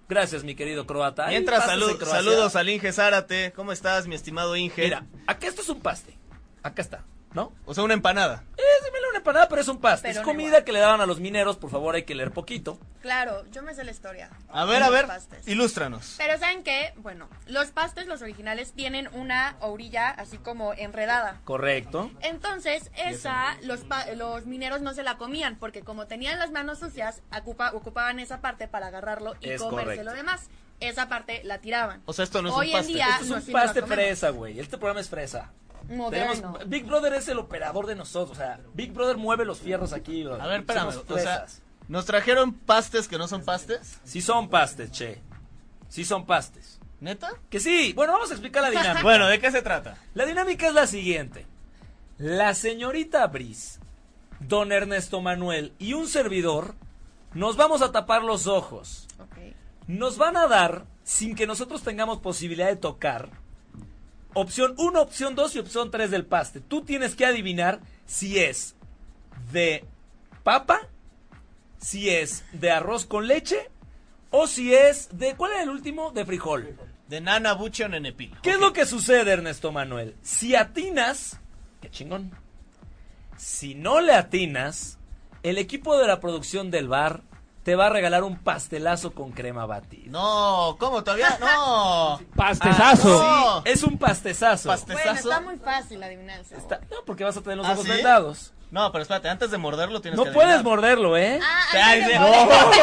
C: Gracias, mi querido croata. Ahí,
D: Mientras,
C: pastes de
D: salud-
C: Croacia.
D: saludos al Inge Zárate. ¿Cómo estás, mi estimado Inge?
C: Mira, acá esto es un paste. Acá está, ¿no?
D: O sea, una empanada.
C: Eh, se me la una empanada, pero es un pasto.
G: Pero
C: es
G: no
C: comida
G: igual.
C: que le daban a los mineros, por favor, hay que leer poquito.
G: Claro, yo me sé la historia.
D: A ver, a
G: Los
D: ver,
G: pastes.
D: ilústranos.
G: Pero ¿saben qué? Bueno, los pastes, los originales, tienen una orilla así como enredada.
C: Correcto.
G: Entonces, esa, los, pa- los mineros no se la comían, porque como tenían las manos sucias, ocupa- ocupaban esa parte para agarrarlo y
C: Es
G: comerse
C: correcto.
G: lo demás. Esa parte la tiraban.
D: O sea, esto no es
G: Hoy
D: un
G: en
D: pastel.
G: día- Ah,
C: Esto es
G: no,
C: un
G: sí,
C: paste
G: no lo comemos.
C: fresa, güey. Este programa es fresa.
G: Moderno.
C: Tenemos, Big Brother es el operador de nosotros. O sea, Big Brother mueve los fierros aquí.
D: A ver, espérame.
C: Somos
D: O sea,
C: fresas.
D: ¿nos trajeron pastes que no son pastes?
C: Sí son pastes, che. Sí son pastes.
D: ¿Neta?
C: Que sí. Bueno, vamos a explicar la dinámica.
D: Bueno, ¿de qué se trata?
C: La dinámica es la siguiente. La señorita Bris, don Ernesto Manuel y un servidor nos vamos a tapar los ojos.
G: Ok.
C: Nos van a dar, sin que nosotros tengamos posibilidad de tocar, opción 1, opción 2 y opción 3 del paste. Tú tienes que adivinar si es de papa, si es de arroz con leche o si es de... ¿Cuál es el último? De frijol.
D: De nana, buche o nenepil.
C: ¿Qué es lo que sucede, Ernesto Manuel? Si atinas, qué chingón. Si no le atinas, el equipo de la producción del bar te va a regalar un pastelazo con crema batida.
D: No, ¿cómo todavía? No.
E: Pastezazo.
D: Ah,
C: Es un pastezazo.
G: Bueno,
D: Pastezazo.
G: está muy fácil adivinar el sabor.
C: Está- no, porque vas a tener los
D: ¿Ah,
C: ojos
D: sí?
C: vendados.
D: No, pero espérate, antes de morderlo tienes
C: No
D: que
C: puedes
D: adivinar.
C: morderlo, ¿eh?
G: Ah,
D: Ay,
G: ahí se
D: sí.
G: pone.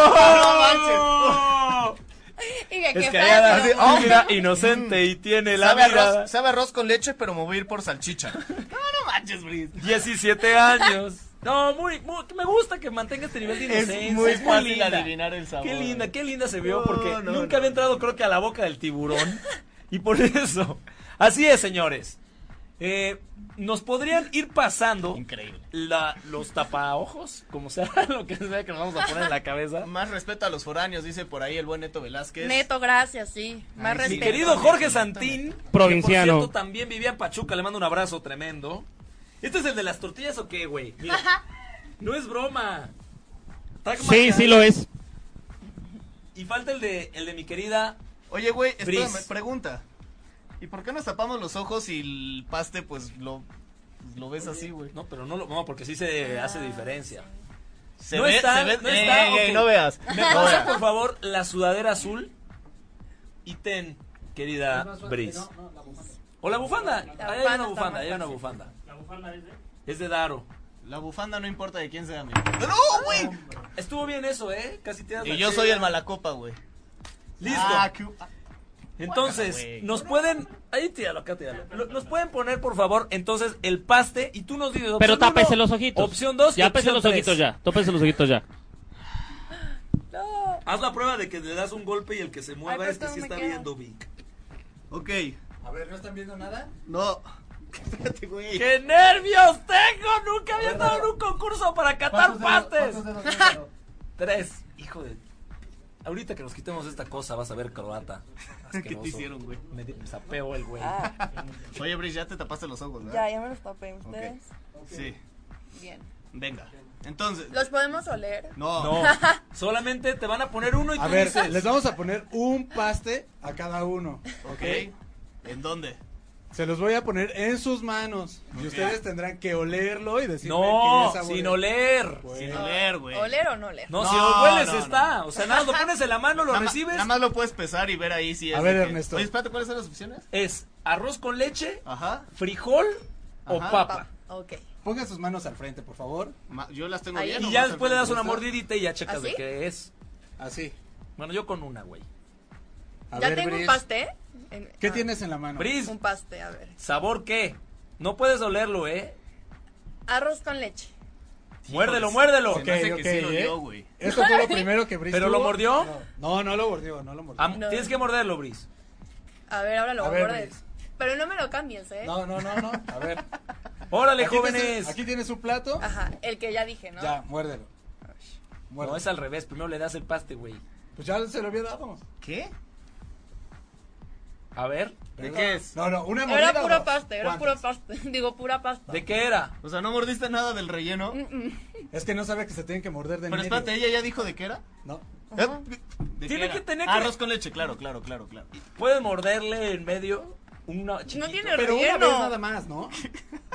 D: No, manches.
G: Y que,
C: Es
G: que
C: que
G: fácil,
C: allá
G: ¿no?
C: la- mira, inocente y tiene la
D: Sabe
C: mirada.
D: arroz, sabe arroz con leche, pero mover por salchicha. No, no manches, Bris.
C: 17 años. No, muy, muy- me gusta que mantenga este nivel de
D: Es
C: inocencia.
D: muy fácil
C: linda.
D: adivinar el sabor.
C: Qué linda, qué linda se vio
D: No,
C: porque
D: no,
C: nunca
D: no.
C: había entrado creo que a la boca del tiburón. y por eso. Así es, señores. Eh, Nos podrían ir pasando
D: Increíble.
C: la- los tapaojos, como sea lo que sea que nos vamos a poner en la cabeza.
D: Más respeto a los foráneos, dice por ahí el buen Neto Velázquez.
G: Neto, gracias, sí. Más
D: Ay, sí.
C: Mi
G: respeto.
C: querido Jorge Santín,
E: Provinciano.
C: que por cierto también vivía en Pachuca, le mando un abrazo tremendo. ¿Este es el de las tortillas o qué, güey? Mira, no es broma. Track
E: Sí,
C: marca.
E: sí lo es.
C: Y falta el de, el de mi querida
D: Oye, güey,
C: Bris.
D: espérame, pregunta. ¿Y por qué nos tapamos los ojos y el paste, pues, lo, lo ves así, güey?
C: No, pero no lo. No, porque sí se hace diferencia.
D: Se
C: No está, no está, ok.
D: veas.
C: Me
D: No
C: pasa,
D: veas.
C: por favor, la sudadera azul y ten, querida Bris. O la bufanda. Ahí hay
G: bufanda
C: una
G: está
C: bufanda,
G: más
C: ahí hay una
G: fácil.
C: bufanda. ¿La bufanda es de? Es de Daro.
D: La bufanda no importa de quién sea, amigo. ¡No, güey!
C: Estuvo bien eso, ¿eh? Casi te das la
D: Y yo
C: chela.
D: soy el malacopa, güey.
C: Listo.
D: Ah, qué- ah,
C: Entonces,
D: guácala, güey.
C: nos pueden. Ahí tíralo, acá tíralo. Lo- Nos pueden poner, por favor, entonces el paste y tú nos dices.
E: Pero
C: opción uno,
E: tápese los ojitos.
C: Opción 2
E: Ya tápese los ojitos ya. Tápese los ojitos ya.
C: Haz la prueba de que le das un golpe y el que se
G: Ay,
C: mueva
G: pero
C: es que
G: esto
C: sí
G: no me
C: está
G: queda.
C: viendo Vic.
D: Ok,
F: A ver, ¿no están viendo nada?
D: no. Espérate, güey.
C: ¡Qué nervios tengo! Nunca había estado en un concurso para catar pastes. Tres. Hijo de. Ahorita que nos quitemos esta cosa, vas a ver croata.
D: ¿Qué te hicieron, güey?
C: Me di- me sapeó el güey.
D: Oye, Bris, ya te tapaste los ojos,
G: Ah, Ya,
D: ¿verdad?
G: ya me los tapé. ¿Ustedes?
D: Sí.
G: Bien.
D: Venga. Entonces.
G: ¿Los podemos oler?
C: No.
D: No.
C: Solamente te van a poner uno y
F: A
C: tú
F: ver,
C: dices-
F: les vamos a poner un paste a cada uno.
D: Ok. ¿En dónde?
F: Se los voy a poner en sus manos. Y ustedes tendrán que olerlo y decirme
C: No,
F: qué sabor
C: sin
F: es.
C: oler.
F: Pues,
D: Sin oler, güey.
G: ¿Oler o no oler?
C: No,
D: No,
C: si hueles
D: no,
C: está. O sea, nada, lo pones en la mano, lo
D: Nada ma-
C: recibes.
D: Nada más lo puedes pesar y ver ahí si es.
F: A ver,
D: de que-
F: Ernesto.
D: Oye, espérate, ¿cuáles son las opciones?
C: Es arroz con leche,
D: Ajá.
C: frijol o
D: Ajá, Ah,
C: papa.
G: Ok.
F: Pongan sus manos al frente, por favor.
D: Ma- Yo las tengo
G: Ahí.
D: bien.
C: Y
D: ¿no?
C: ya
D: Más
C: después le
D: al
C: das una
D: frente.
C: mordidita y ya checas de
G: ¿Así?
C: qué es.
F: Así.
C: Bueno, yo con una, güey.
F: A
G: ya
F: ver,
G: tengo un
F: Bris,
G: pastel. En-
F: ¿Qué
G: ah,
F: tienes en la mano?
C: Bris,
G: Un pastel, a ver.
C: ¿sabor qué? No puedes olerlo, ¿eh?
G: Arroz con leche.
C: Muérdelo,
F: pues,
C: muérdelo.
D: Se me hace
F: Ok,
D: que sí
F: ok,
D: lo
F: ¿eh?
D: dio, güey.
F: Esto fue lo primero que Bris
C: ¿Pero lo
F: tuvo.
C: mordió?
F: No, no lo mordió, no lo mordió.
D: Ah,
C: Am-
G: No.
C: Tienes que morderlo, Bris.
G: A ver, ahora lo
F: A ver,
G: bordes.
F: Bris.
G: Pero no me lo cambies, ¿eh?
F: No, no, no, no. A ver.
C: Órale,
F: Aquí tienes-
C: jóvenes.
F: Aquí tienes un plato.
G: Ajá, el que ya dije, ¿no?
F: Ya, muérdelo.
C: No,
F: Muérdelo.
C: es al revés. Primero le das el paste, güey.
F: Pues ya se lo había dado.
D: ¿Qué?
C: A ver,
D: ¿De qué es?
F: No, no, una mordida.
G: Era
F: o
G: puro
F: dos?
G: paste, era puro
F: ¿Cuántas?
G: paste. Digo, pura pasta.
C: ¿de qué era?
D: O sea, no mordiste nada del relleno.
F: Es que no sabe que se tienen que morder de
D: Pero
F: medio.
D: espérate, ella ya dijo de qué era.
F: No.
D: ¿Eh? ¿De qué
C: Tiene
D: era? Ah,
C: que tener que-
D: Arroz con leche, claro, claro, claro, claro.
C: ¿Puedes morderle en medio? Uno chiquito.
G: No tiene
F: Pero una vez
G: relleno.
F: nada más, ¿no?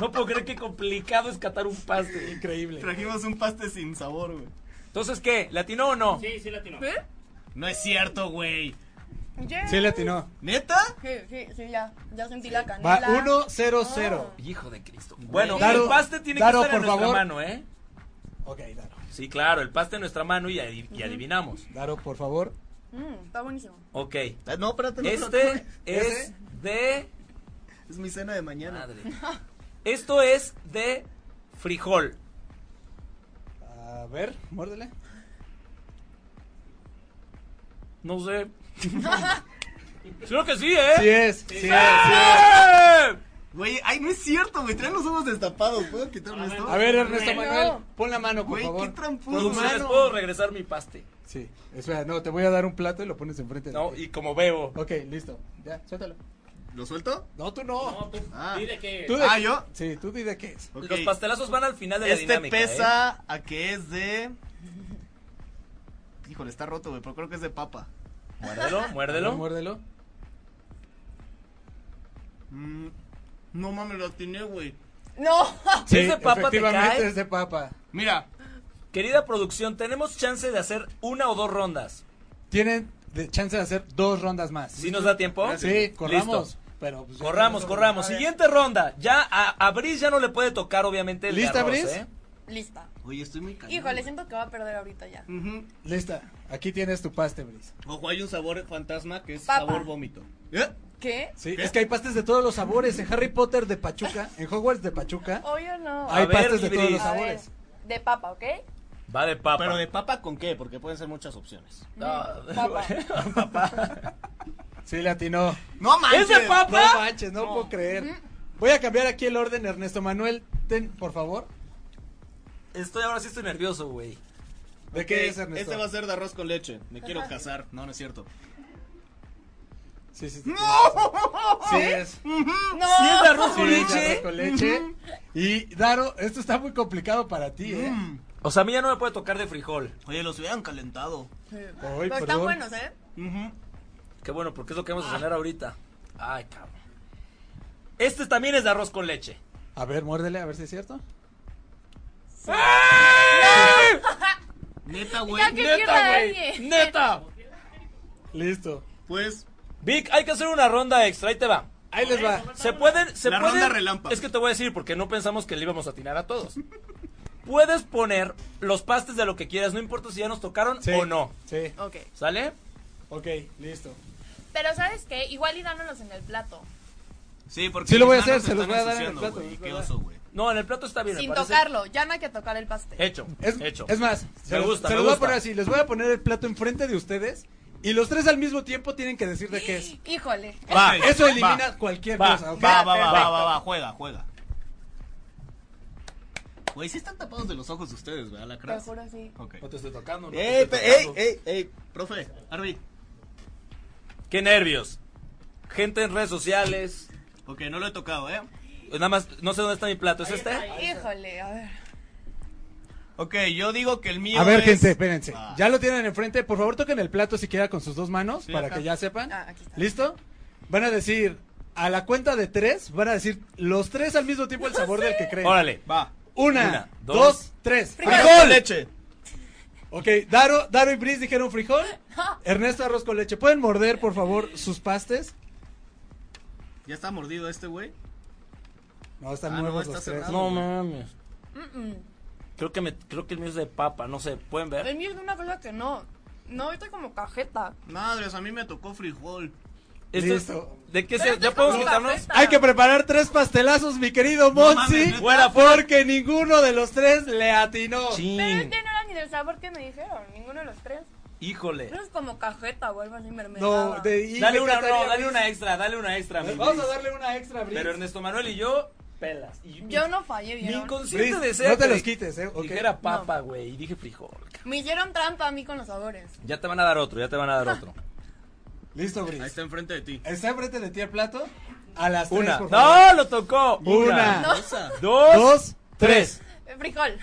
C: No puedo creer que complicado es catar un pastel.
F: Increíble.
D: Trajimos un paste sin sabor, güey.
C: Entonces, ¿qué? ¿Latinó o no?
E: Sí, sí, latino.
G: ¿Eh?
D: No es cierto, güey.
G: Yeah.
F: Sí le atinó.
D: ¿Neta?
G: Sí, sí, sí, ya. Ya sentí la
F: Va
G: canela. Ah,
F: 1-0-0. Cero, cero.
C: Hijo de Cristo. Bueno,
F: Daro,
C: el paste tiene
F: Daro,
C: que estar en
F: por
C: nuestra
F: favor.
C: mano, ¿eh?
F: Ok, Daro.
C: Sí, claro, el paste en nuestra mano y, adi- y adivinamos.
F: Daro, por favor.
G: Mm, está buenísimo.
C: Ok.
D: Ah, No, espérate. no,
C: Este
D: espérate.
C: es de...
D: Es mi cena de mañana.
C: Madre. Esto es de frijol.
F: A ver, muérdele.
D: ¿Eh?
C: No sé. Creo que sí, ¿eh?
F: Sí es. Sí es.
C: ¡Eh!
D: Güey, ay, no es cierto, güey. Traen los ojos destapados. ¿Puedo quitarme esto?
F: A ver, Ernesto
G: Bueno.
F: Manuel, pon la mano, por
D: Güey, qué
F: favor.
D: tramposo.
C: Producción, ¿les puedo regresar mi paste?
F: Sí. Espera, no, te voy a dar un plato y lo pones enfrente de
C: No,
F: ti.
C: y como veo.
F: Ok, listo. Ya, suéltalo.
D: ¿Lo suelto?
F: No, tú no.
E: No, tú
D: Ah.
E: di de qué.
F: Tú de-
D: Ah, ¿yo?
F: Sí, tú di de qué es.
D: Ok.
C: Los pastelazos van al final de la
D: Este
C: dinámica. ¿eh?
D: pesa a que es de. Híjole, está roto, güey, pero creo que es de papa.
C: Muérdelo,
F: No,
C: muérdelo.
F: Muérdelo.
D: Mm, no mames, lo atiné, güey.
G: No.
C: Si es de papa, te
F: efectivamente
C: cae.
F: es de papa.
D: Mira,
C: Querida producción, tenemos chance de hacer una o dos rondas.
F: Tienen de chance de hacer dos rondas más.
C: Si nos da tiempo.
F: Sí, corramos.
C: Listo.
F: Pero, pues, ya-
C: Corramos, corramos. Siguiente ronda. Ya a, a Brice ya no le puede tocar, obviamente, el de
F: ¿Lista,
C: arroz,
F: Brice?
C: ¿eh?
G: Lista.
D: oye, estoy muy cañón.
G: Híjole, siento que va a perder ahorita ya.
D: Ujú.
F: Lista. Aquí tienes tu paste, Brice.
D: Ojo, hay un sabor fantasma que es
G: Papa.
D: sabor vómito. ¿Eh?
G: ¿Qué?
F: Sí, es que hay pastes de todos los sabores. En Harry Potter de Pachuca, en Hogwarts de Pachuca,
G: Obvio no.
F: hay
C: A ver,
F: pastes de
C: mi
F: todos los
C: Brice.
G: A ver,
F: sabores.
G: de papa, ¿ok?
C: Va de papa.
D: Pero de papa con qué? Porque pueden ser muchas opciones.
G: Mm.
C: No,
G: Papa.
F: Sí, latino.
D: No manches.
C: ¿Es de
F: No
C: papa?
F: manches, no, puedo creer. Voy a cambiar aquí el orden, Ernesto Manuel. Ten, por favor.
C: Estoy ahora sí estoy nervioso, güey.
F: ¿De
D: Ok,
F: qué es, Ernesto?
D: Este va a ser de arroz con leche. Me quiero casar. No, no es cierto.
F: Sí, sí, sí. Sí es.
C: Si es de arroz
F: Sí,
C: con
F: de
C: leche.
F: arroz con leche. Y Daro, esto está muy complicado para ti, ¿eh?
D: Mm.
C: O sea, a mí ya no me puede tocar de frijol.
D: Oye, los hubieran calentado.
F: Ay,
G: Pero
F: perdón.
G: están buenos, ¿eh?
C: Qué bueno, porque es lo que vamos a cenar ahorita. Ay, cabrón. Este también es de arroz con leche.
F: A ver, muérdele, a ver si es cierto.
D: Neta, güey.
G: Ya que pierda alguien.
D: Neta.
F: Listo.
D: Pues,
C: Vic, hay que hacer una ronda extra. Ahí te va.
F: Ahí les va.
C: Se pueden, se
D: La
C: pueden-
D: ronda relámpago.
C: Es que te voy a decir porque no pensamos que le íbamos a atinar a todos. Puedes poner los pastes de lo que quieras, no importa si ya nos tocaron
F: Sí,
C: o no.
F: Sí.
G: Ok.
C: ¿Sale?
F: Ok, listo.
G: Pero ¿sabes qué? Igual y dándolos en el plato.
D: sí, porque.
F: Sí lo voy a
D: mis manos
F: hacer, se los
D: están
F: voy a dar en el
D: ensuciando,
F: plato,
D: güey,
F: los
D: Qué
F: voy a dar.
D: oso, güey.
C: No, en el plato está bien. me
G: Sin
C: parece.
G: tocarlo. Ya no hay que tocar el pastel.
C: Hecho.
F: Es,
C: hecho.
F: es más, se,
C: Me
F: los-
C: gusta,
F: se
C: me
F: los voy a
C: gusta.
F: poner así. Les voy a poner el plato enfrente de ustedes y los tres al mismo tiempo tienen que decir de qué es.
G: Híjole.
C: Va.
D: Ok.
F: Eso elimina
D: Va.
F: cualquier
C: Va,
F: cosa. ¿ok?
D: Va, va, va,
C: Perfecto.
D: va, va, va, juega, juega. Güey, sí están tapados de los ojos de ustedes, ¿verdad? La
G: Te
D: crack.
G: juro, sí.
D: Ok.
F: No te estoy tocando. no te
D: Ey,
F: estoy
D: pe- ey,
F: tocando.
D: ey, ey, profe, Arby.
C: Qué nervios. Gente en redes sociales.
D: Ok, no lo he tocado, ¿eh?
C: Nada más, no sé dónde está mi plato. ¿Es este?
G: Híjole, a ver.
D: Ok, yo digo que el mío
F: A ver,
D: es-
F: gente, espérense.
D: Ah.
F: Ya lo tienen enfrente. Por favor, toquen el plato siquiera con sus dos manos
D: Sí,
F: para
D: acá.
F: que ya sepan.
G: Ah, aquí está.
F: ¿Listo? Van a decir, a la cuenta de tres, van a decir los tres al mismo tiempo el sabor del que creen.
C: Órale.
D: Va.
F: Una,
C: Una,
F: dos,
C: dos,
F: tres.
D: Arroz con leche.
F: Ok, Daro, Daro y Brice dijeron frijol. Ernesto, arroz con leche. ¿Pueden morder, por favor, sus pastes?
D: ¿Ya está mordido este, güey?
F: No, están
D: Ah, no,
F: nuevos
D: está
F: los tres.
D: cerrado.
C: No mames. Creo que, me, creo que el mío es de papa, no sé, ¿pueden ver?
G: El mío es de una cosa que no. No, ahorita como cajeta.
D: Madres, a mí me tocó frijol.
C: Esto es-
F: Listo.
C: ¿De qué
G: Pero
C: se...?
G: esto
C: ¿Ya
G: es como
C: podemos quitarnos?
G: cajeta.
F: Hay que preparar tres pastelazos, mi querido Monsi.
D: mames,
C: neta.
F: porque ninguno de los tres le atinó.
G: Pero
C: Chin.
G: este no era ni del sabor que me dijeron. Ninguno de los tres.
C: Híjole.
G: Eso es como cajeta o algo así mermelada.
F: No, de, y
C: Dale
F: me
C: una,
F: encantaría,
C: no, dale
F: Brice.
C: una extra, dale una extra. mi
F: Vamos a
C: Brice.
F: darle una extra, Brice.
C: Pero Ernesto Manuel y yo, pelas. Y mi-
G: Yo no fallé,
C: Mi
G: ¿vieron?
C: inconsciente
F: Brice,
C: desea
F: no te
C: que
F: los
C: di-
F: quites, eh, ok.
C: Dijera papa, güey, y dije frijol. cabrón.
G: Me hicieron trampa a mí con los sabores.
C: Ya te van a dar otro, ya te van a dar otro.
F: Listo,
D: Ahí
F: Brice.
D: está enfrente de ti.
F: Está enfrente de ti el plato. A las tres,
C: Una.
F: por favor.
C: ¡No, lo tocó!
F: Una.
G: No.
D: Esa.
C: Dos.
F: Dos, tres.
G: Eh, Frijol.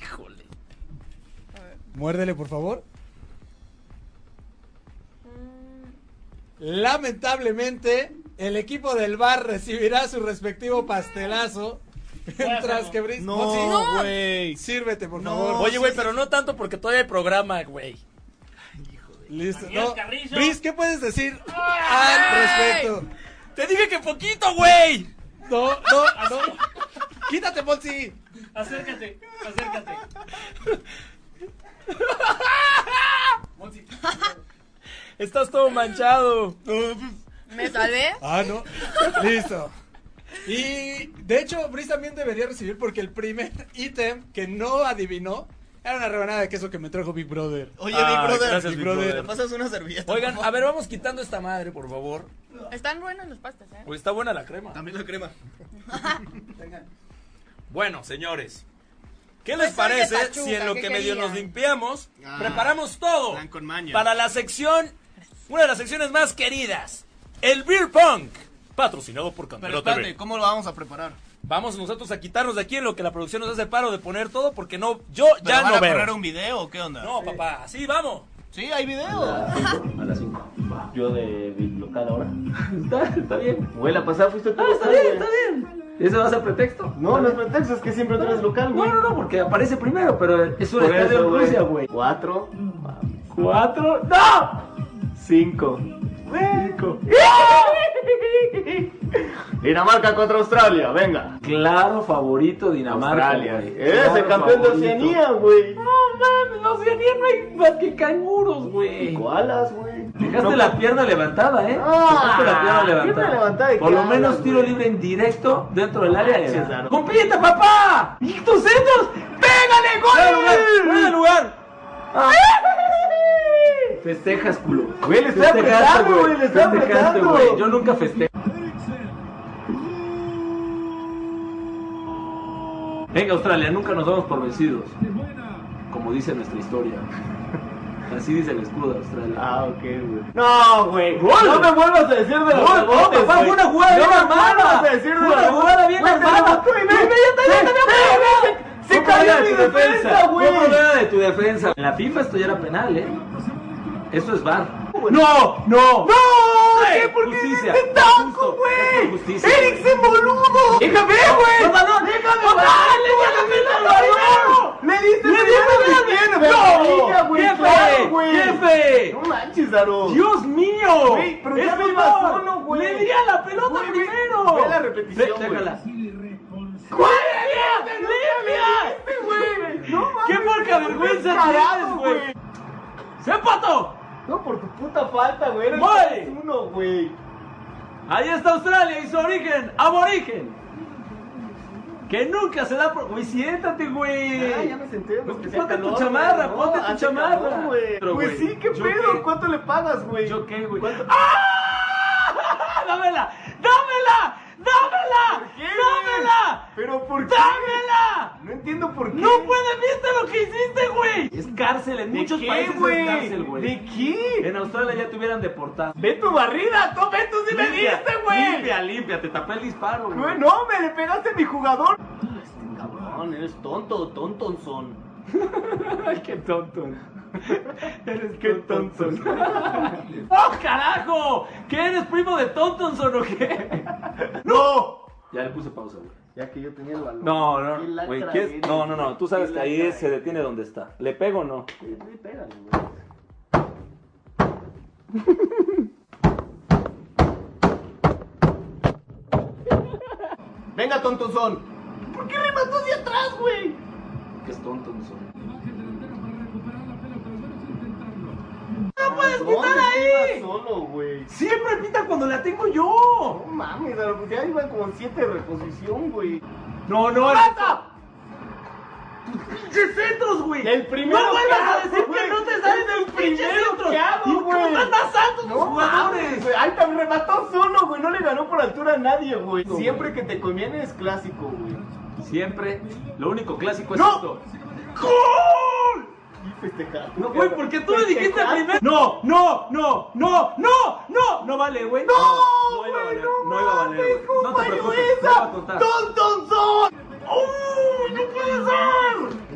C: Híjole.
F: Muérdele, por favor.
G: Mm,
F: Lamentablemente, El equipo del bar recibirá su respectivo pastelazo. Mientras que Briz. Moxie,
D: No, güey.
F: sírvete, por favor.
C: Oye, güey, pero no tanto porque todavía hay programa, güey.
F: Listo.
E: Daniel
F: No.
E: Carrillo.
F: Briz, ¿qué puedes decir al respecto?
C: Te dije que poquito, güey.
F: No, no, no. Quítate, Monsi.
E: Acércate, acércate.
C: Estás todo manchado.
G: ¿Me salvé?
F: Ah, no. Listo. Y de hecho, Brice también debería recibir porque el primer ítem que no adivinó era una rebanada de queso que me trajo Big Brother.
D: Oye,
C: Ah,
D: Big Brother.
C: gracias,
F: Big Brother.
D: ¿Me pasas una servilleta?
C: Oigan, a
D: por favor?
C: ver, vamos quitando esta madre, por favor.
G: Están buenos los pastas, ¿eh?
C: Porque está buena la crema.
D: También la crema.
C: Bueno, señores. ¿Qué
D: Pues
C: les
G: soy de
C: parece
G: Pachuca,
C: si en lo
G: ¿qué
C: que medio
G: querían?
C: nos limpiamos,
D: Ah,
C: preparamos todo
D: plan con maña.
C: para la sección, una de las secciones más queridas, el Beer Punk, patrocinado por
D: Pero
C: Campero
D: espérate,
C: TV.
D: ¿cómo lo vamos a preparar?
C: Vamos nosotros a quitarnos de aquí en lo que la producción nos hace el paro de poner todo porque no, yo
D: ¿Pero
C: ya
D: van
C: no
D: a poner
C: veo.
D: un video o qué onda?
C: No, papá, así vamos.
D: Sí, hay video.
K: A las 5. Yo de local ahora. está, está bien. Güey, la pasada fuiste tú. Ah, está bien, está bien. ¿Eso vas a pretexto? No, no es pretexto, es que siempre tú eres local, güey. No, no, no, porque aparece primero, pero es un estadio de Rusia, güey. Cuatro. Cuatro. ¡No! Cinco. Cinco. Dinamarca contra Australia, venga. Claro, favorito Dinamarca. Australia. Es el campeón de Oceanía, güey. No mames, en Oceanía no hay más que canguros, güey. Koalas, güey. Dejaste la pierna levantada, ¿eh? Dejaste la pierna levantada. Por lo menos tiro libre en directo dentro del área. de ¡Compita, papá! ¡Y tus centros! ¡Pégale, gol! ¡Fuera de lugar! Festejas, culo. Güey, le está apretando, güey. Le está apretando, güey. Yo nunca festejo. Venga, Australia, nunca nos damos por vencidos. Como dice nuestra historia. Así dice el escudo de Australia. Ah, ok, güey. No, güey. No me vuelvas a decir de los No, no, papá, fue una jugada bien armada. No me vuelvas a decir de Una jugada bien armada. Tú Se cayó mi defensa, güey. Fue problema de tu defensa. En la FIFA esto ya era penal, eh. Esto es VAR. ¡No! ¡No! ¡No! ¿Qué? ¿Por qué justicia, taco, güey? Justicia. ¡Eriksen, boludo! ¡Déjame, güey! ¡No, no, déjame! ¡No, ¡Le diste ¡Le diste ¡No! ¡Jefe! ¡Jefe! ¡No manches, Daro! ¡Dios
I: Oh,
K: mío! ¡Pero ya me solo, güey! ¡Le di a la pelota primero! ¡Ve la repetición, ¡Déjala! ¡Güey! ¡No ¡Qué poca vergüenza tienes, güey! ¡Se empató!
I: No, por tu puta falta, güey.
K: el Madre.
I: uno, güey.
K: Ahí está Australia y su origen, aborigen. Que nunca se da por. Güey, siéntate, güey.
I: Ah, senté,
K: Pues que ponte tu chamarra, ponte tu chamarra. Pero,
I: Pues sí, qué
K: ¿yo
I: pedo,
K: qué?
I: ¿cuánto le pagas, güey?
K: ¿Yo qué, güey? ¡Ah! ¡Dámela! ¡Dámela! ¡Dámela! ¡Dámela!
I: Pero por qué?
K: ¡Dámela!
I: No entiendo por qué.
K: ¡No puedes! ¿Viste lo que hiciste, güey! Es cárcel, en muchos países es cárcel, güey.
I: ¿De qué?
K: En Australia ya te hubieran deportado.
I: Ve tu barrida, tú ve tú sí me diste, güey.
K: Limpia, limpia, te tapé el disparo, güey.
I: Güey, no, me le pegaste a mi jugador.
K: Cabrón, eres tonto, tontonzón. qué tonto. Eres qué tonto. ¡Oh, carajo! ¿Qué eres primo de Tontonson o qué? ¡No! Ya le puse pausa, güey.
I: Ya que yo tenía el balón.
K: No, no,
I: Qué
K: no.
I: lacra
K: Güey, ¿quieres?
I: eres,
K: No, no, no. Tú
I: qué
K: sabes que ahí
I: lacra
K: se detiene donde está. ¿Le pego o no?
I: Güey, pégale, güey.
D: Venga, tontozón.
K: Que es Tontonson.
I: ¡Puedes quitar ahí! solo, güey.
K: ¡Siempre pita cuando la tengo yo!
I: No mames, Daro, pues ya iban como siete de reposición, güey.
K: No, no, ¡Mata! ¡Pinches centros, güey!
I: El primero
K: ¡No vuelvas
I: que
K: a
I: hago,
K: decir que
I: güey.
K: no te sales
I: Es el
K: del pinche
I: primero
K: centro!
I: que hago,
K: ¡Y
I: güey.
K: mandas altos los
I: No mames,
K: jugadores!
I: güey. Ahí también remató solo, güey. No le ganó por altura a nadie, güey. Siempre que te conviene es clásico, güey.
K: Siempre, lo único clásico es
I: ¡No!
K: esto. ¡Gol!
I: Y festejar.
K: No, güey, porque tú me dijiste primero. No, no, no, no, no, no, no vale, güey. No, no iba a valer, no iba a valer. güey. No te preocupes, no va a contar. ¡Uy, no puede ser!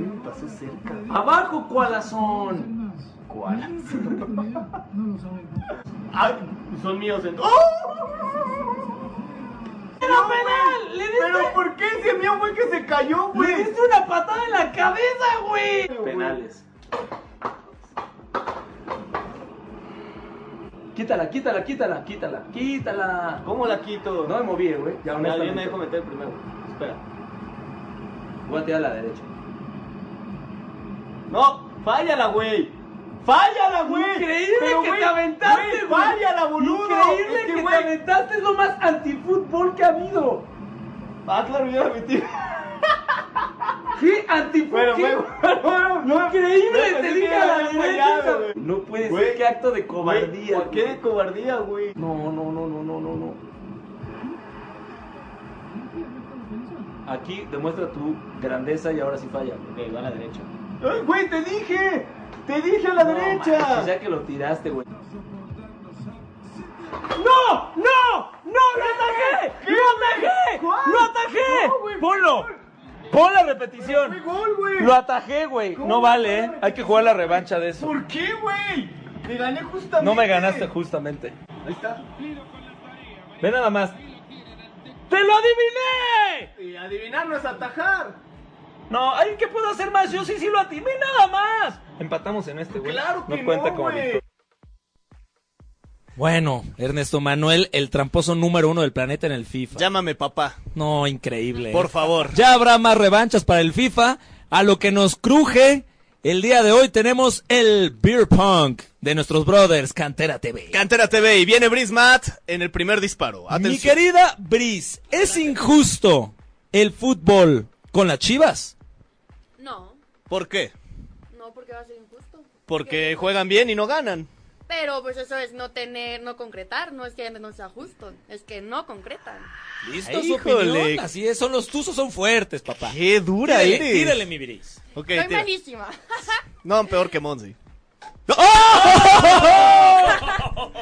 I: Me pasó cerca.
K: Abajo, cualazón.
I: Ah,
K: Son míos entonces.
I: ¡Oh!
L: ¡Era penal! ¡Le diste,
K: ¿Pero por qué ese mío fue el que se cayó,
L: le
K: güey?
L: diste una patada en la cabeza, güey!
K: Penales.
M: Quítala, quítala, quítala, quítala, quítala.
K: ¿Cómo la quito?
M: No me moví, güey. Ya
K: Nadie
M: honestamente.
K: me dejó meter primero. Espera.
M: Voy a tirar a la derecha.
K: No, fállala, güey. Fállala, güey.
L: Increíble que
K: güey,
L: te aventaste, güey.
K: Fállala, boludo.
L: Increíble
K: Es
L: que, te
K: güey,
L: aventaste, es lo más antifútbol que ha habido.
K: Ah, claro, yo la metí.
L: ¿Qué antifútbol?
K: Bueno,
L: qué?
K: bueno, bueno, no.
L: Increíble,
K: No,
L: te
K: pues, pensé
L: dije
K: que
L: a la
K: era
L: derecha.
K: fallado,
L: esa-
K: güey.
M: No puede
K: Güey.
M: ser. Qué acto de cobardía.
K: ¿Por qué de cobardía, güey?
M: No, no, no, no, no, no, no. Aquí demuestra tu grandeza y ahora sí falla.
K: Ok, va a la derecha. ¡Ay, Eh, güey, te dije! ¡Te dije a la
M: No,
N: Ah.
K: derecha!
M: manches, ya que lo tiraste, güey.
N: ¡No! ¡No! ¡No! ¡Lo atajé! ¡Lo atajé! ¡Lo atajé! ¡Ponlo! ¡Pon la repetición!
K: ¡Gol, güey!
N: Lo atajé, güey. No vale, ¿eh? Hay que jugar la revancha de eso.
K: ¿Por qué, güey? Me gané justamente.
N: No me ganaste justamente.
K: Ahí está.
N: Ve nada más. ¡Te lo adiviné!
K: Y adivinar no es atajar.
N: No, ay, ¿qué puedo hacer más? Yo sí, sí lo atiné, nada más. Empatamos en este, güey.
K: Claro que no,
N: como
K: güey.
N: victoria.
C: Bueno, Ernesto Manuel, el tramposo número uno del planeta en el FIFA.
D: Llámame papá,
C: No, increíble. ¿eh?
D: por favor.
C: Ya habrá más revanchas para el FIFA. A lo que nos cruje, el día de hoy tenemos el Beer Punk de nuestros brothers Cantera TV.
D: Cantera TV y viene Brismat en el primer disparo.
C: Mi
D: Atención.
C: querida Bris, ¿es injusto el fútbol con las chivas?
G: No,
D: ¿Por qué?
G: no, porque va a ser injusto.
D: Porque juegan bien y no ganan.
G: Pero pues eso es no tener, no concretar, no es que no sea justo, es que no concretan.
C: ¿Listo su
D: Híjole.
C: opinión? Así es, son los tuzos son fuertes, papá.
D: Qué dura
C: Tírale,
D: eres.
C: tírale, mi Bris.
D: Ok,
G: Soy
D: tira.
G: malísima.
D: No, peor que Monzi.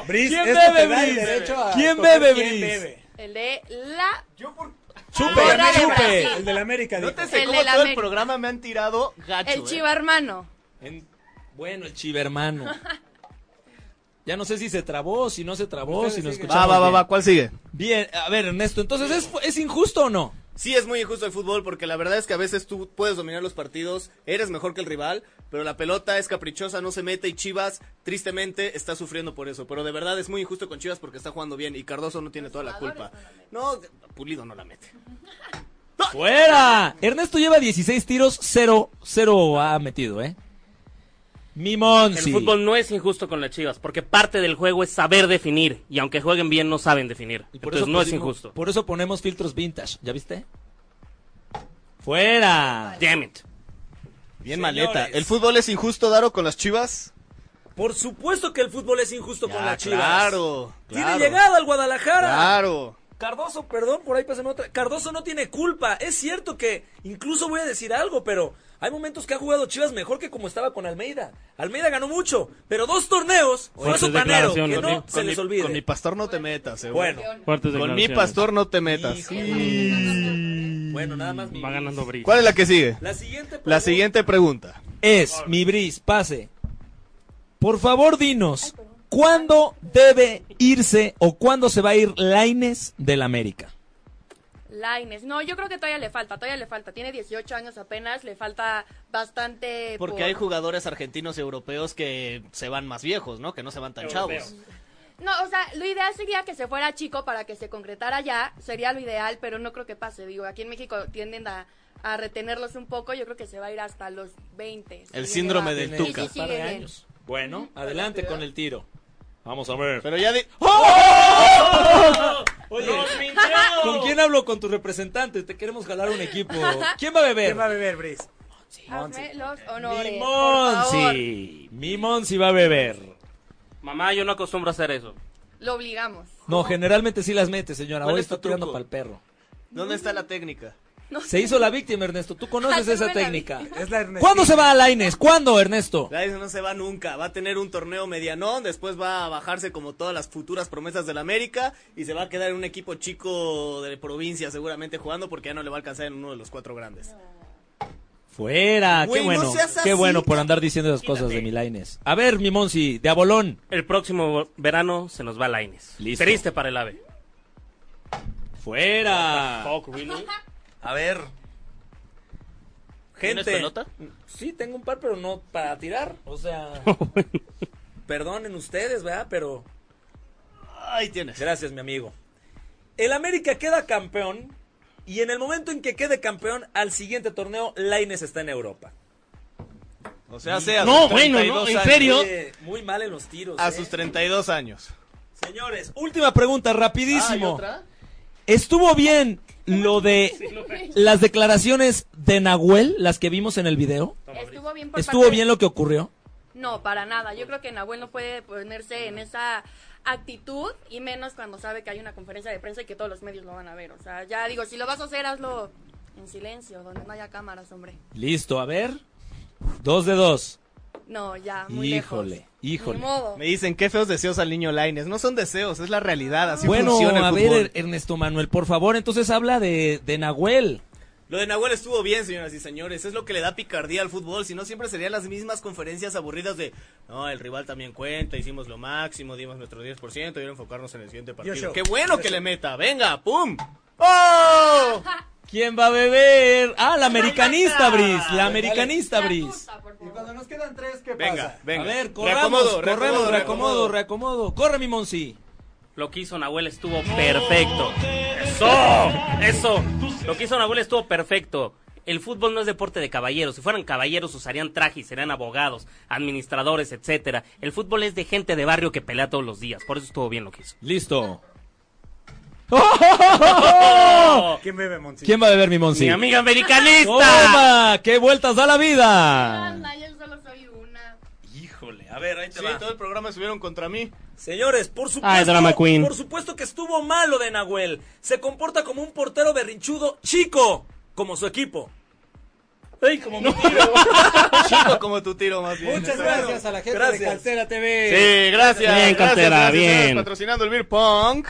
F: Bris,
C: ¿Quién
F: esto
C: bebe,
F: te da el
C: Bris?
F: derecho a
C: ¿Quién
F: escoger
C: bebe,
F: quién
C: Bris?
F: bebe.
G: El de la
C: Chupe,
G: Ahora de
C: chupe.
G: Brasil.
F: El del América dijo.
D: Nótese
G: El
D: cómo
G: del
D: todo el
G: América.
D: programa me han tirado gacho.
G: el
D: eh.
G: chiva hermano.
C: En- Bueno, el chivermano. Ya no sé si se trabó, si no se trabó, si nos
D: Va,
C: escuchamos.
D: va, va,
C: bien.
D: va, ¿cuál sigue?
C: Bien, a ver, Ernesto, entonces, ¿es, es injusto o no?
D: Sí, es muy injusto el fútbol porque la verdad es que a veces tú puedes dominar los partidos, eres mejor que el rival, pero la pelota es caprichosa, no se mete y Chivas tristemente está sufriendo por eso. Pero de verdad es muy injusto con Chivas porque está jugando bien y Cardoso no tiene toda la culpa. No, Pulido no la mete.
C: ¡Fuera! Ernesto lleva 16 tiros, 0, 0 ha metido, ¿eh? Mi
E: El
C: Monsi.
E: fútbol no es injusto con las chivas, porque parte del juego es saber definir, y aunque jueguen bien, no saben definir.
C: Y
E: Entonces no es
C: pusimos-
E: injusto.
C: Por eso ponemos filtros vintage, ¿ya viste? ¡Fuera!
E: Damn it.
C: Señores.
D: Bien maleta. ¿El fútbol es injusto, Daro, con las Chivas?
C: Por supuesto que el fútbol es injusto con
D: Ah,
C: las chivas.
D: Claro.
C: Tiene
D: claro,
C: llegada al Guadalajara.
D: Claro.
C: Cardoso, perdón, por ahí pasen otra. Cardoso no tiene culpa. Es cierto que incluso voy a decir algo, pero hay momentos que ha jugado Chivas mejor que como estaba con Almeida. Almeida ganó mucho, pero dos torneos fue
E: Fuertes
C: su panero, que
E: declaraciones,
C: no
E: ¿no?
C: se
D: Con
C: les
D: mi-
C: olvide.
D: Con mi pastor no te metas, eh.
C: bueno,
E: Fuertes
D: Con mi
E: declaraciones.
D: pastor no te metas.
C: bueno, nada más. mi
E: Va
C: Bris.
E: ganando Brice.
D: ¿Cuál es la que sigue?
C: La siguiente
D: La
C: pregunta
D: siguiente pregunta.
C: es, mi bris, pase. Por favor, dinos, ¿cuándo debe irse o cuándo se va a ir Laines del América?
G: Laines. No, yo creo que todavía le falta, todavía le falta. Tiene 18 años apenas, le falta bastante.
D: Porque
G: por-
D: hay jugadores argentinos y europeos que se van más viejos, ¿no? Que no se van tan chavos.
G: No, o sea, lo ideal sería que se fuera chico para que se concretara ya, sería lo ideal, pero no creo que pase. Digo, aquí en México tienden a, a retenerlos un poco, yo creo que se va a ir hasta los 20.
D: El síndrome del
C: Tiene
D: Tuca.
C: un par de
G: Sí, sí, sí,
C: años. Bueno, adelante con el tiro. Vamos a ver.
D: Pero ya di-
C: Oye,
E: ¡Oh!
C: ¿con quién hablo? Con tu representante. Te queremos jalar un equipo. ¿Quién va a beber?
F: ¿Quién va a beber, Bris?
G: Hazme los honores.
C: Mi
G: Ah, por favor.
C: Monsi. Mi Monsi va a beber.
E: Mamá, yo no acostumbro a hacer eso.
G: Lo obligamos.
C: No, generalmente sí las mete, señora.
D: ¿Cuál
C: Hoy
D: es tu
C: está tirando
D: truco?
C: para el perro.
D: ¿Dónde está la técnica?
C: Se hizo la víctima, Ernesto. Tú conoces
G: Ayúdame
C: esa
G: la
C: técnica.
F: Es la Ernestina.
C: ¿Cuándo se va a Laines? ¿Cuándo, Ernesto?
D: Laines no se va nunca, va a tener un torneo medianón, después va a bajarse como todas las futuras promesas del América y se va a quedar en un equipo chico de provincia seguramente jugando porque ya no le va a alcanzar en uno de los cuatro grandes.
O: Fuera,
C: Güey,
O: qué
C: no
O: bueno.
C: seas así.
O: qué bueno por andar diciendo esas cosas de mi Lainez. A ver, mi Monsi, de abolón.
E: El próximo verano se nos va Laines. Triste para el ave.
O: Fuera.
D: A ver.
C: Gente.
D: ¿Tienes pelota?
C: Sí, tengo un par, pero no para tirar. O sea. perdonen ustedes, ¿verdad? Pero. Ahí tienes. Gracias, mi amigo. El América queda campeón. Y en el momento en que quede campeón, al siguiente torneo, Laines está en Europa.
D: O sea, sea.
C: No, bueno, ¿no? ¿En serio?
D: Oye,
C: Muy mal en los tiros.
D: A
C: ¿eh?
D: sus 32 años.
C: Señores,
O: Última pregunta, rapidísimo. ¿Estuvo bien lo de las declaraciones de Nahuel, las que vimos en el video?
G: Estuvo bien por
O: ¿Estuvo
G: parte-
O: bien lo que ocurrió?
G: No, para nada. Yo creo que Nahuel no puede ponerse en esa actitud y menos cuando sabe que hay una conferencia de prensa y que todos los medios lo van a ver. O sea, ya digo, si lo vas a hacer, hazlo en silencio, donde no haya cámaras, hombre.
O: Listo, a ver. Dos de dos.
G: No, ya, muy lejos.
O: Híjole, híjole.
G: Ni modo.
D: Me dicen, qué feos deseos al niño Laines. No son deseos, es la realidad. Así
O: bueno,
D: funciona el
O: a
D: fútbol.
C: eh,
O: ver, Ernesto Manuel, por favor, entonces habla de, de Nahuel.
D: Lo de Nahuel estuvo bien, señoras y señores. Es lo que le da picardía al fútbol. Si no, siempre serían las mismas conferencias aburridas de. No, el rival también cuenta. Hicimos lo máximo. Dimos nuestro 10%. Y ahora enfocarnos en el siguiente partido.
C: Yo, yo.
D: ¡Qué bueno
C: Yo,
D: que
C: yo.
D: le meta! ¡Venga! ¡Pum! ¡Oh!
O: ¿Quién va a beber? Ah, la americanista, Bris. La americanista, Bris.
F: Y cuando nos quedan tres, ¿qué
D: Venga,
F: pasa?
D: venga.
O: A ver, corramos,
D: Reacomodo,
O: corremos, reacomodo,
D: reacomodo,
O: reacomodo, Corre, mi Monsi.
E: Lo que hizo Nahuel estuvo perfecto. Eso, eso. Lo que hizo Nahuel estuvo perfecto. El fútbol no es deporte de caballeros. Si fueran caballeros usarían trajes, serían abogados, administradores, etcétera. El fútbol es de gente de barrio que pelea todos los días. Por eso estuvo bien lo que hizo.
O: Listo.
P: ¿Quién bebe, Monsi?
O: ¿Quién va a beber, mi Monsi?
E: Mi amiga americanista.
O: ¡Toma! ¡Qué vueltas da la vida!
G: Anda, yo solo soy una.
C: Híjole, a ver, ahí te
D: Sí,
C: va.
D: todo el programa estuvieron contra mí.
C: Señores, por supuesto,
E: Ay, drama queen.
C: por supuesto que estuvo malo de Nahuel. Se comporta como un portero berrinchudo chico, como su equipo.
E: Ay, como mi
D: Chico como tu tiro, más bien.
F: Muchas gracias a la gente de
C: Gracias.
F: Calcera TV.
D: Sí, gracias.
E: Bien,
D: gracias,
E: Cantera,
D: gracias,
E: bien.
D: señores, Patrocinando el Beer Punk.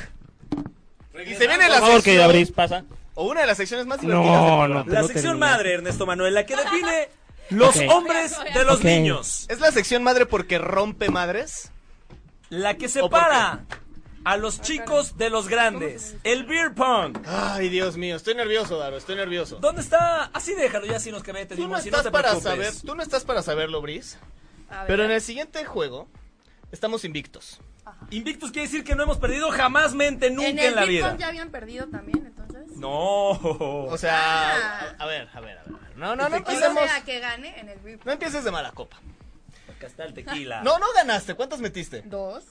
D: Y se viene
E: Por
D: la
E: favor, que
D: sección.
E: Abris pasa.
D: O una de las secciones más divertidas. del
E: No, no.
D: programa.
C: La sección madre, Ernesto Manuel, la que define los
E: Ok.
C: hombres de los
E: Ok.
C: niños.
D: ¿Es la sección madre porque rompe madres?
C: La que
D: por qué?
C: separa a los chicos de los grandes. El beer pong.
D: Ay, Dios mío, estoy nervioso, Daro, estoy nervioso.
C: ¿Dónde está? Así déjalo, ya si nos cabemos.
D: Tú no
C: si no
D: estás
C: te
D: para
C: preocupes.
D: saber, tú no estás para saberlo, Brice.
G: A ver.
D: Pero en el siguiente juego estamos invictos.
C: Invictus quiere decir que no hemos perdido jamás mente nunca en,
G: en el
C: la
G: Bitcoin
C: vida.
G: ya habían perdido también, entonces.
C: No.
D: O sea, a ver, a ver, a ver. No, no, no
G: O
D: empecemos.
G: sea, que gane en el Bitcoin.
D: No empieces de mala copa.
C: Acá está el tequila.
D: No, no ganaste. ¿Cuántos metiste?
G: Dos.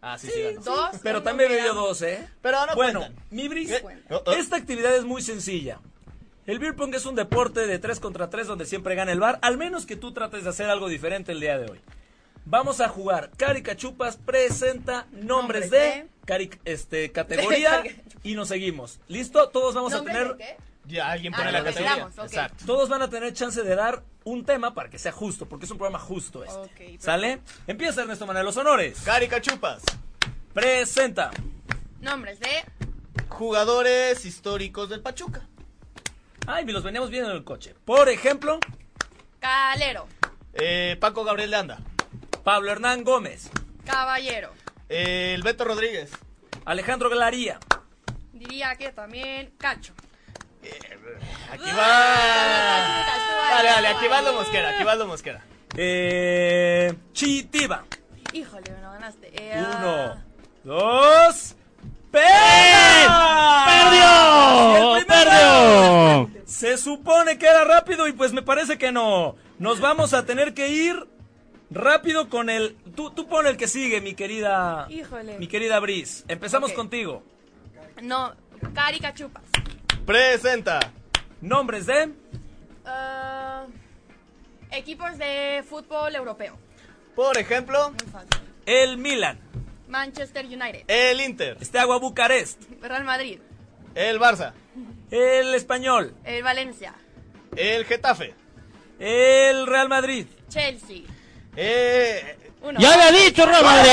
D: Ah, sí, sí, ganaste.
G: Dos.
C: Pero
G: y
C: también
G: no
C: bebió
G: ganó.
C: dos, ¿eh?
D: Pero no
C: bueno,
D: cuentan.
C: mi bris,
D: Eh, oh, oh.
C: esta actividad es muy sencilla. El beer pong es un deporte de 3 contra 3 donde siempre gana el bar, al menos que tú trates de hacer algo diferente el día de hoy. Vamos a jugar. Caricachupas presenta nombres
G: ¿Nombres
C: de cari- este, categoría y nos seguimos. ¿Listo? Todos vamos a
G: ¿Nombre de
C: tener
G: qué?
D: Ya alguien
G: Ah,
D: pone la
G: lo que
D: categoría.
G: queramos, ok.
D: Exacto.
C: todos van a tener chance de dar un tema para que sea justo, porque es un programa justo este.
G: Ok, perfecto.
C: ¿Sale? Empieza Ernesto Manuel, los honores.
D: Caricachupas.
C: Presenta.
G: Nombres de.
D: Jugadores históricos del Pachuca.
C: Ay, los veníamos viendo en el coche. Por ejemplo,
G: Calero.
D: Eh, Paco Gabriel de Anda.
C: Pablo Hernán Gómez,
G: Caballero.
D: Eh, el Beto Rodríguez.
C: Alejandro Glaría,
G: Diría que también Cacho.
D: Aquí va. Dale, dale, aquí va lo
G: lo
D: Mosquera, aquí va lo Mosquera.
C: eh, Chitiba.
G: Híjole, no ganaste. Eh,
C: Uno,
G: ah,
C: dos, ¡Perdió!
O: ¡Perdió! ¡Perdió!
C: Se supone que era rápido y pues me parece que no. Nos vamos a tener que ir rápido con el... Tú, tú pon el que sigue, mi querida...
G: Híjole.
C: Mi querida Bris. Empezamos
G: Ok.
C: contigo.
G: No, Caricachupas.
D: Presenta.
C: Nombres de...
G: Ah, equipos de fútbol europeo.
D: Por ejemplo,
G: Muy fácil.
C: El Milan.
G: Manchester United.
D: el Inter,
C: Este agua Bucarest.
G: Real Madrid.
D: el Barça,
C: El Español.
G: El Valencia.
D: el Getafe.
C: El Real Madrid.
G: Chelsea.
D: Eh,
G: Uno. Ah.
O: ¡Ya le ha dicho, Real Madrid!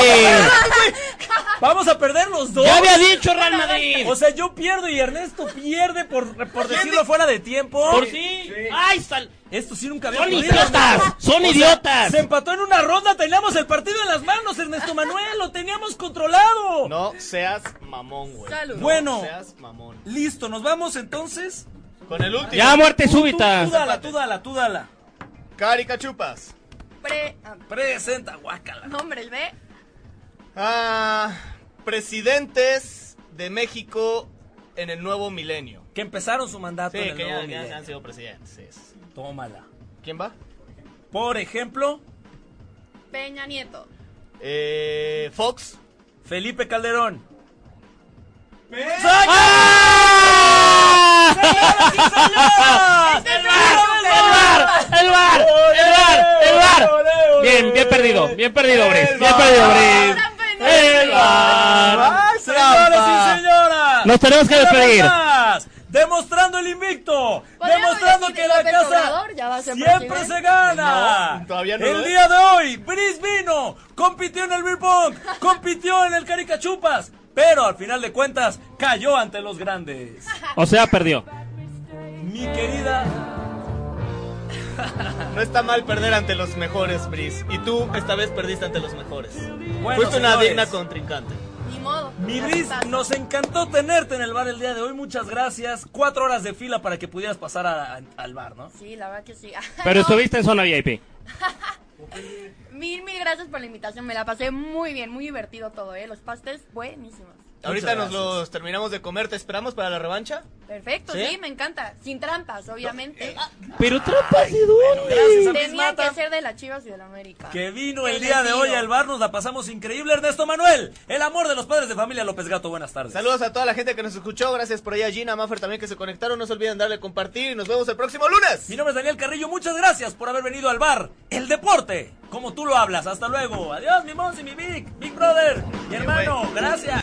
C: Vamos a perder los dos.
E: Ya había dicho Real Madrid.
C: O sea, yo pierdo y Ernesto pierde por, por decirlo fuera de tiempo.
E: Por sí. Ay, sal.
C: Esto sí nunca había
E: Son
C: ocurrido.
E: idiotas. Son
C: sea,
E: idiotas.
C: se empató en una ronda, teníamos el partido en las manos, Ernesto Manuel, lo teníamos controlado.
D: No seas mamón, güey.
G: Salud.
D: No
C: Bueno.
D: seas mamón.
C: Listo, nos vamos entonces.
D: Con el último.
E: Ya muerte
C: Tú, tú,
E: súbita.
C: Tú, dala, tú dala, tú dala.
D: Caricachupas.
G: Pre- ah,
C: Presenta, guácala.
G: no, hombre, el B.
D: Ah, presidentes de México en el nuevo milenio.
C: Que empezaron su mandato
D: Sí,
C: en Ah, el
D: que
C: nuevo
D: ya, ya
C: milenio.
D: han sido presidentes. sí, sí.
C: Tómala.
D: ¿Quién va?
C: Por ejemplo,
G: Peña Nieto.
D: Eh, Fox.
C: Felipe Calderón.
E: ¡Ah!
G: ¡El
E: ¡El bar! ¡El bar! ¡El bar! Bien, bien perdido. Bien perdido, Brice. Bien perdido, Brice. ¡El bar!
C: ¡Ay, señores
E: Trampa.
C: y señoras!
E: Nos tenemos que
C: Una vez
E: despedir.
C: más, Demostrando el invicto. Demostrando que la casa siempre se gana.
D: No, todavía no lo
C: el
D: es.
C: día de hoy, Brice vino. Compitió en el beer pong. compitió en el caricachupas. Pero al final de cuentas, cayó ante los grandes.
E: O sea, perdió.
C: Mi querida.
D: No está mal perder ante los mejores, Brice. Y tú esta vez perdiste ante los mejores.
C: Bueno,
D: Fuiste una
C: señores.
D: digna contrincante.
G: Ni modo.
C: Mi
G: Así
C: Liz,
G: pasa.
C: nos encantó tenerte en el bar el día de hoy. Muchas gracias. Cuatro horas de fila para que pudieras pasar a- a- al bar, ¿no?
G: Sí, la verdad que sí.
E: Pero
G: No,
E: estuviste en zona VIP.
G: Mil, mil gracias por la invitación. Me la pasé muy bien, muy divertido todo, ¿eh? Los pastes, buenísimos.
D: Ahorita nos
C: gracias.
D: los terminamos de comer. ¿Te esperamos para la revancha?
G: Perfecto,
D: ¿Sí?
G: ¿Sí? me encanta. Sin trampas, obviamente.
E: Pero trampas de dónde.
C: Eh, ah, Gracias a Luis
G: Tenía
C: Mata,
G: que ser de las Chivas y de la América.
C: que vino
G: Qué
C: el día de
G: divertido.
C: hoy al bar. Nos la pasamos increíble. Ernesto Manuel, el amor de los padres de familia López Gato. Buenas tardes.
D: Saludos a toda la gente que nos escuchó. Gracias por ahí a Gina, Maffer también que se conectaron. No se olviden darle compartir. Y nos vemos el próximo lunes.
C: Mi nombre es Daniel Carrillo. Muchas gracias por haber venido al bar. El deporte, como tú lo hablas. Hasta luego. Adiós, mi Monsi, mi Vic, Big Brother, mi hermano. Gracias.